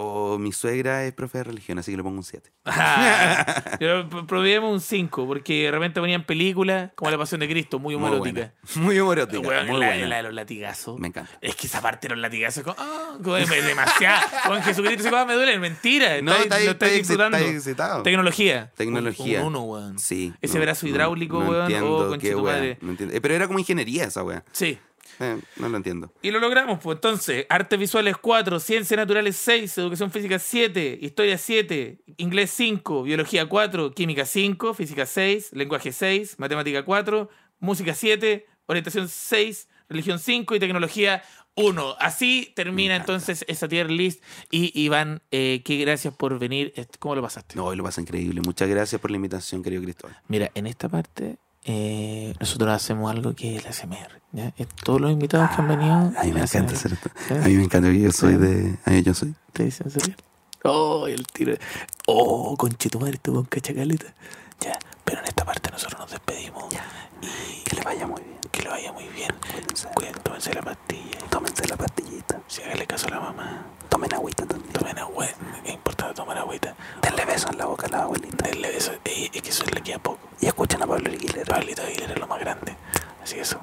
Speaker 3: O mi suegra es profe de religión, así que le pongo un 7.
Speaker 2: Ah, [LAUGHS] Yo pro- proveemos un 5, porque de repente ponían películas como La Pasión de Cristo, muy
Speaker 3: Muy buena.
Speaker 2: humorótica.
Speaker 3: Muy humorótica.
Speaker 2: Weón,
Speaker 3: muy
Speaker 2: la,
Speaker 3: buena.
Speaker 2: la de los latigazos.
Speaker 3: Me encanta.
Speaker 2: Es que esa parte de los latigazos es como, ah, como es
Speaker 3: [LAUGHS]
Speaker 2: demasiado. Con Jesucristo se me duele, mentira.
Speaker 3: No,
Speaker 2: estáis-
Speaker 3: está, ahí-
Speaker 2: lo
Speaker 3: está,
Speaker 2: estáis
Speaker 3: ahí-
Speaker 2: disfrutando.
Speaker 3: está ahí excitado.
Speaker 2: Tecnología.
Speaker 3: Tecnología.
Speaker 2: Un, un uno, weón.
Speaker 3: Sí.
Speaker 2: Ese brazo hidráulico, weón, oh,
Speaker 3: entiendo
Speaker 2: concha
Speaker 3: qué
Speaker 2: tu
Speaker 3: weá,
Speaker 2: madre.
Speaker 3: no entiendo. Eh, Pero era como ingeniería esa weá.
Speaker 2: Sí.
Speaker 3: Eh, no lo entiendo.
Speaker 2: Y lo logramos, pues entonces, artes visuales 4, ciencias naturales 6, educación física 7, historia 7, inglés 5, biología 4, química 5, física 6, lenguaje 6, matemática 4, música 7, orientación 6, religión 5 y tecnología 1. Así termina
Speaker 3: encanta.
Speaker 2: entonces esa tier list. Y Iván, eh, qué gracias por venir. Est- ¿Cómo lo pasaste?
Speaker 3: No, hoy lo pasa increíble. Muchas gracias por la invitación, querido Cristóbal.
Speaker 2: Mira, en esta parte eh, nosotros hacemos algo que es la SMR. ¿ya? Es Todos los invitados que han venido...
Speaker 3: A mí me
Speaker 2: la
Speaker 3: encanta
Speaker 2: ASMR.
Speaker 3: hacer esto.
Speaker 2: Sí.
Speaker 3: A mí me encanta que yo soy de. A mí yo soy.
Speaker 2: ¿Te dicen serio? Oh, el tiro. Oh, conchetumar, estuvo con cachacaleta. Ya, pero en esta parte nosotros nos despedimos. Y que le vaya muy bien. Que le vaya muy bien. Cuídense, tómense la pastilla. Tómense la pastillita. Si háganle caso a la mamá. Tomen agüita también. Tomen agüita. Es importante tomar agüita. Denle beso en la boca a la abuelita. Denle beso. Ey, Es que eso le queda poco. Y escuchen a Pablo Aguilera. Pablito Aguilera es lo más grande. Así que eso.